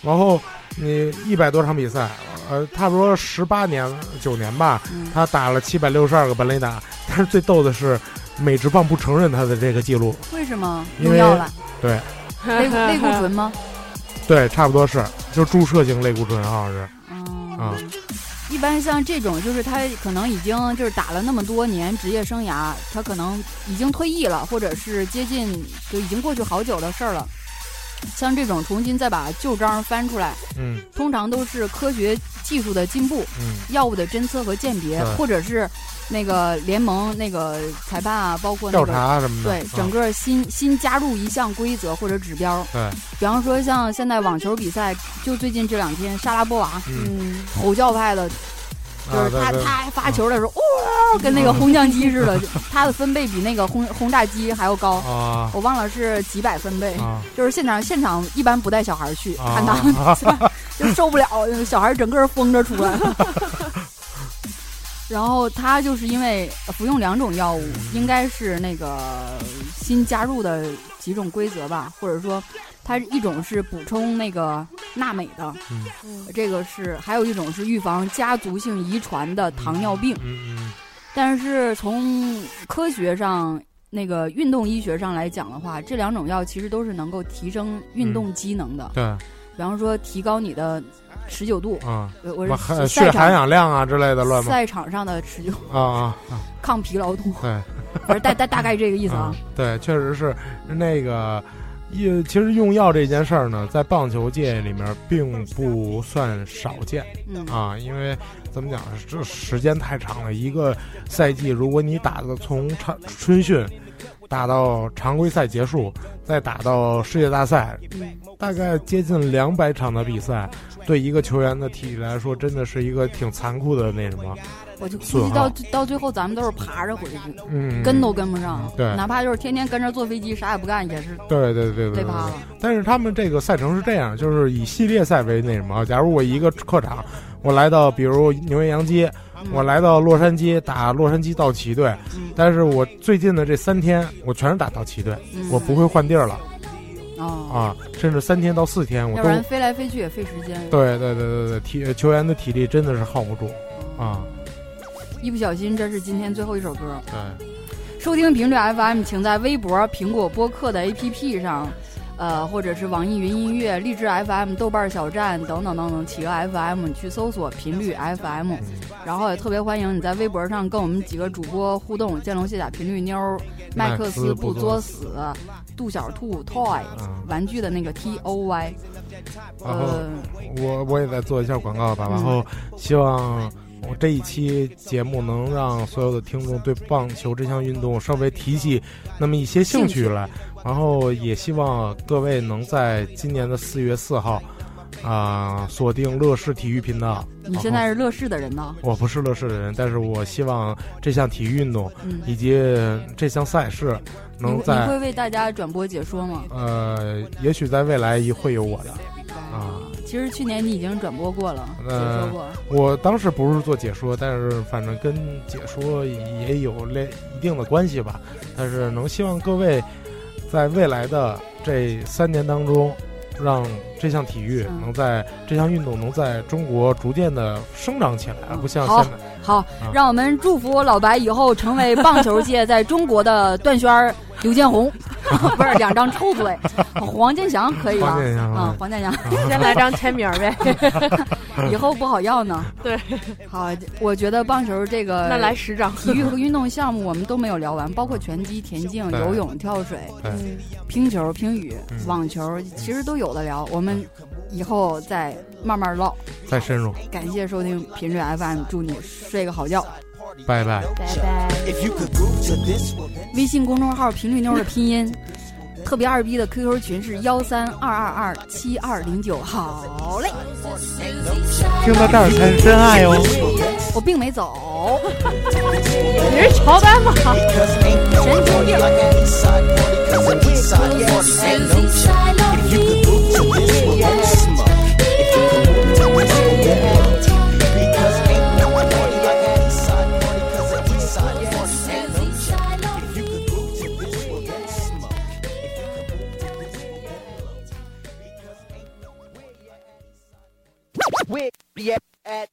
Speaker 3: 然后你一百多场比赛，呃，差不多十八年九年吧，
Speaker 2: 嗯
Speaker 3: 他打了七百六十二个本垒打，但是最逗的是，美职棒不承认他的这个记录。
Speaker 2: 为什么
Speaker 3: 因
Speaker 2: 用
Speaker 3: 为
Speaker 2: 药了？
Speaker 3: 对，
Speaker 2: 类固类固 醇吗？
Speaker 3: 对，差不多是，就注射型类固醇好像是。
Speaker 2: 啊，一般像这种，就是他可能已经就是打了那么多年职业生涯，他可能已经退役了，或者是接近就已经过去好久的事儿了。像这种重新再把旧章翻出来，
Speaker 3: 嗯
Speaker 2: 通常都是科学技术的进步、
Speaker 3: 嗯
Speaker 2: 药物的侦测和鉴别，
Speaker 3: 对
Speaker 2: 或者是那个联盟那个裁判啊，包括那
Speaker 3: 调
Speaker 2: 个
Speaker 3: 查什么的。
Speaker 2: 对，整
Speaker 3: 啊
Speaker 2: 个新新加入一项规则或者指标，
Speaker 3: 对，
Speaker 2: 比方说像现在网球比赛，就最近这两天，莎拉波娃
Speaker 3: 嗯
Speaker 4: 嗯，
Speaker 2: 吼叫派的，就
Speaker 3: 啊
Speaker 2: 是
Speaker 3: 对
Speaker 2: 他
Speaker 3: 对嗯
Speaker 2: 他发球的时候，哇，跟那个轰降机似的，就他的分贝比那个轰轰炸机还要高，
Speaker 3: 啊
Speaker 2: 我忘了是几百分贝，
Speaker 3: 啊
Speaker 2: 就是现场现场一般不带小孩去看他，
Speaker 3: 啊
Speaker 2: 就受不了，小孩整个疯着出来。然后他就是因为服用两种药物，应该是那个新加入的几种规则吧，或者说，它一种是补充那个钠镁的，
Speaker 3: 嗯
Speaker 2: 这个是还有一种是预防家族性遗传的糖尿病。
Speaker 3: 嗯嗯
Speaker 2: 但是从科学上，那个运动医学上来讲的话，这两种药其实都是能够提升运动机能的，
Speaker 3: 对
Speaker 2: 比方说提高你的持久度，
Speaker 3: 啊，
Speaker 2: 呃
Speaker 3: 什
Speaker 2: 我
Speaker 3: 么
Speaker 2: 是
Speaker 3: 含
Speaker 2: 赛
Speaker 3: 血含
Speaker 2: 场
Speaker 3: 氧量啊之类的乱吗？
Speaker 2: 赛场上的持久
Speaker 3: 啊啊啊，
Speaker 2: 抗疲劳度，
Speaker 3: 对。
Speaker 2: 反正大大大概这个意思
Speaker 3: 啊
Speaker 2: 啊。，
Speaker 3: 对，确实是那个，也其实用药这件事儿呢，在棒球界里面并不算少见
Speaker 2: 嗯，
Speaker 3: 啊，因为怎么讲，这时间太长了，一个赛季如果你打的从长春训。打到常规赛结束，再打到世界大赛，
Speaker 2: 嗯
Speaker 3: 大概接近两百场的比赛，对一个球员的体力来说，真的是一个挺残酷的那什么。
Speaker 2: 我就估
Speaker 3: 损
Speaker 2: 计
Speaker 3: 耗
Speaker 2: 到到最后咱们都是爬着回去，
Speaker 3: 嗯，
Speaker 2: 跟都跟不上，
Speaker 3: 对嗯
Speaker 2: 哪怕就是天天跟着坐飞机啥也不干，也是
Speaker 3: 对对对对
Speaker 2: 累
Speaker 3: 对
Speaker 2: 趴
Speaker 3: 对
Speaker 2: 了。
Speaker 3: 但是他们这个赛程是这样，就是以系列赛为那什么。假如我一个客场，我来到比如纽约洋基，
Speaker 2: 嗯
Speaker 3: 我来到洛杉矶打洛杉矶道奇队，
Speaker 2: 嗯
Speaker 3: 但是我最近的这三天我全是打道奇队，
Speaker 2: 嗯
Speaker 3: 我不会换地儿了
Speaker 2: 哦，
Speaker 3: 啊，甚至三天到四天我
Speaker 2: 要不
Speaker 3: 都
Speaker 2: 然飞来飞去也费时间。
Speaker 3: 对对对对对体球员的体力真的是耗不住啊，
Speaker 2: 一不小心，这是今天最后一首歌。
Speaker 3: 对，
Speaker 2: 收听频率 FM，请在微博、苹果播客的 APP 上，呃，或者是网易云音乐、荔枝 FM、豆瓣小站等等等等企鹅 FM 去搜索频率 FM。然后也特别欢迎你在微博上跟我们几个主播互动，见龙卸甲、频率妞、麦克斯不作死、杜小兔 Toy
Speaker 3: 嗯，
Speaker 2: 玩具的那个 T O Y，
Speaker 3: 然后
Speaker 2: 呃，
Speaker 3: 我我也再做一下广
Speaker 2: 嗯
Speaker 3: 告吧，然后希望我这一期节目能让所有的听众对棒球这项运动稍微提起那么一些兴趣来，然后也希望各位能在今年的四月四号。啊、锁定乐视体育频道。
Speaker 2: 你现在是乐视的人呢？
Speaker 3: 我不是乐视的人，但是我希望这项体育运动
Speaker 2: 嗯，
Speaker 3: 以及这项赛事
Speaker 2: 你
Speaker 3: 能
Speaker 2: 你
Speaker 3: 在
Speaker 2: 会为大家转播解说吗？
Speaker 3: 呃，也许在未来也会有我的啊。
Speaker 2: 其实去年你已经转播过了，解说
Speaker 3: 呃
Speaker 2: 过。
Speaker 3: 我当时不是做解说，但是反正跟解说也有类一定的关系吧。但是能希望各位在未来的这三年当中，让这项体育
Speaker 2: 嗯
Speaker 3: 能在、这项运动能在中国逐渐的生长起来，而不像
Speaker 2: 好
Speaker 3: 现在
Speaker 2: 好，让我们祝福老白以后成为棒球界在中国的段轩儿、刘建宏， 不是两张臭 嘴，黄健翔可以吧
Speaker 3: 黄？健翔
Speaker 2: 啊，黄健 翔
Speaker 4: 先来张签名呗。
Speaker 2: 以后不好要呢。
Speaker 4: 对，
Speaker 2: 好，我觉得棒球这个
Speaker 4: 那来十张。
Speaker 2: 体育和运动项目我们都没有聊完，包括拳击、田径、
Speaker 3: 对
Speaker 2: 游泳、跳水、
Speaker 4: 嗯，
Speaker 2: 乒球、乒羽、
Speaker 3: 嗯
Speaker 2: 网球，其实都有的聊。我们以后再慢慢唠。
Speaker 3: 再深入。
Speaker 2: 感谢收听频率 FM，祝你睡个好觉。
Speaker 3: 拜拜。
Speaker 4: 拜拜。
Speaker 11: If you could groove to this one.
Speaker 2: 微信公众号“频率妞”的拼音，特别二逼的 QQ 群是幺三二二二七二零九。好嘞。
Speaker 11: Say
Speaker 7: 听到这儿才是真爱哦。
Speaker 2: 我并没走，
Speaker 4: 你是乔丹吗？
Speaker 2: 神经病。
Speaker 12: We at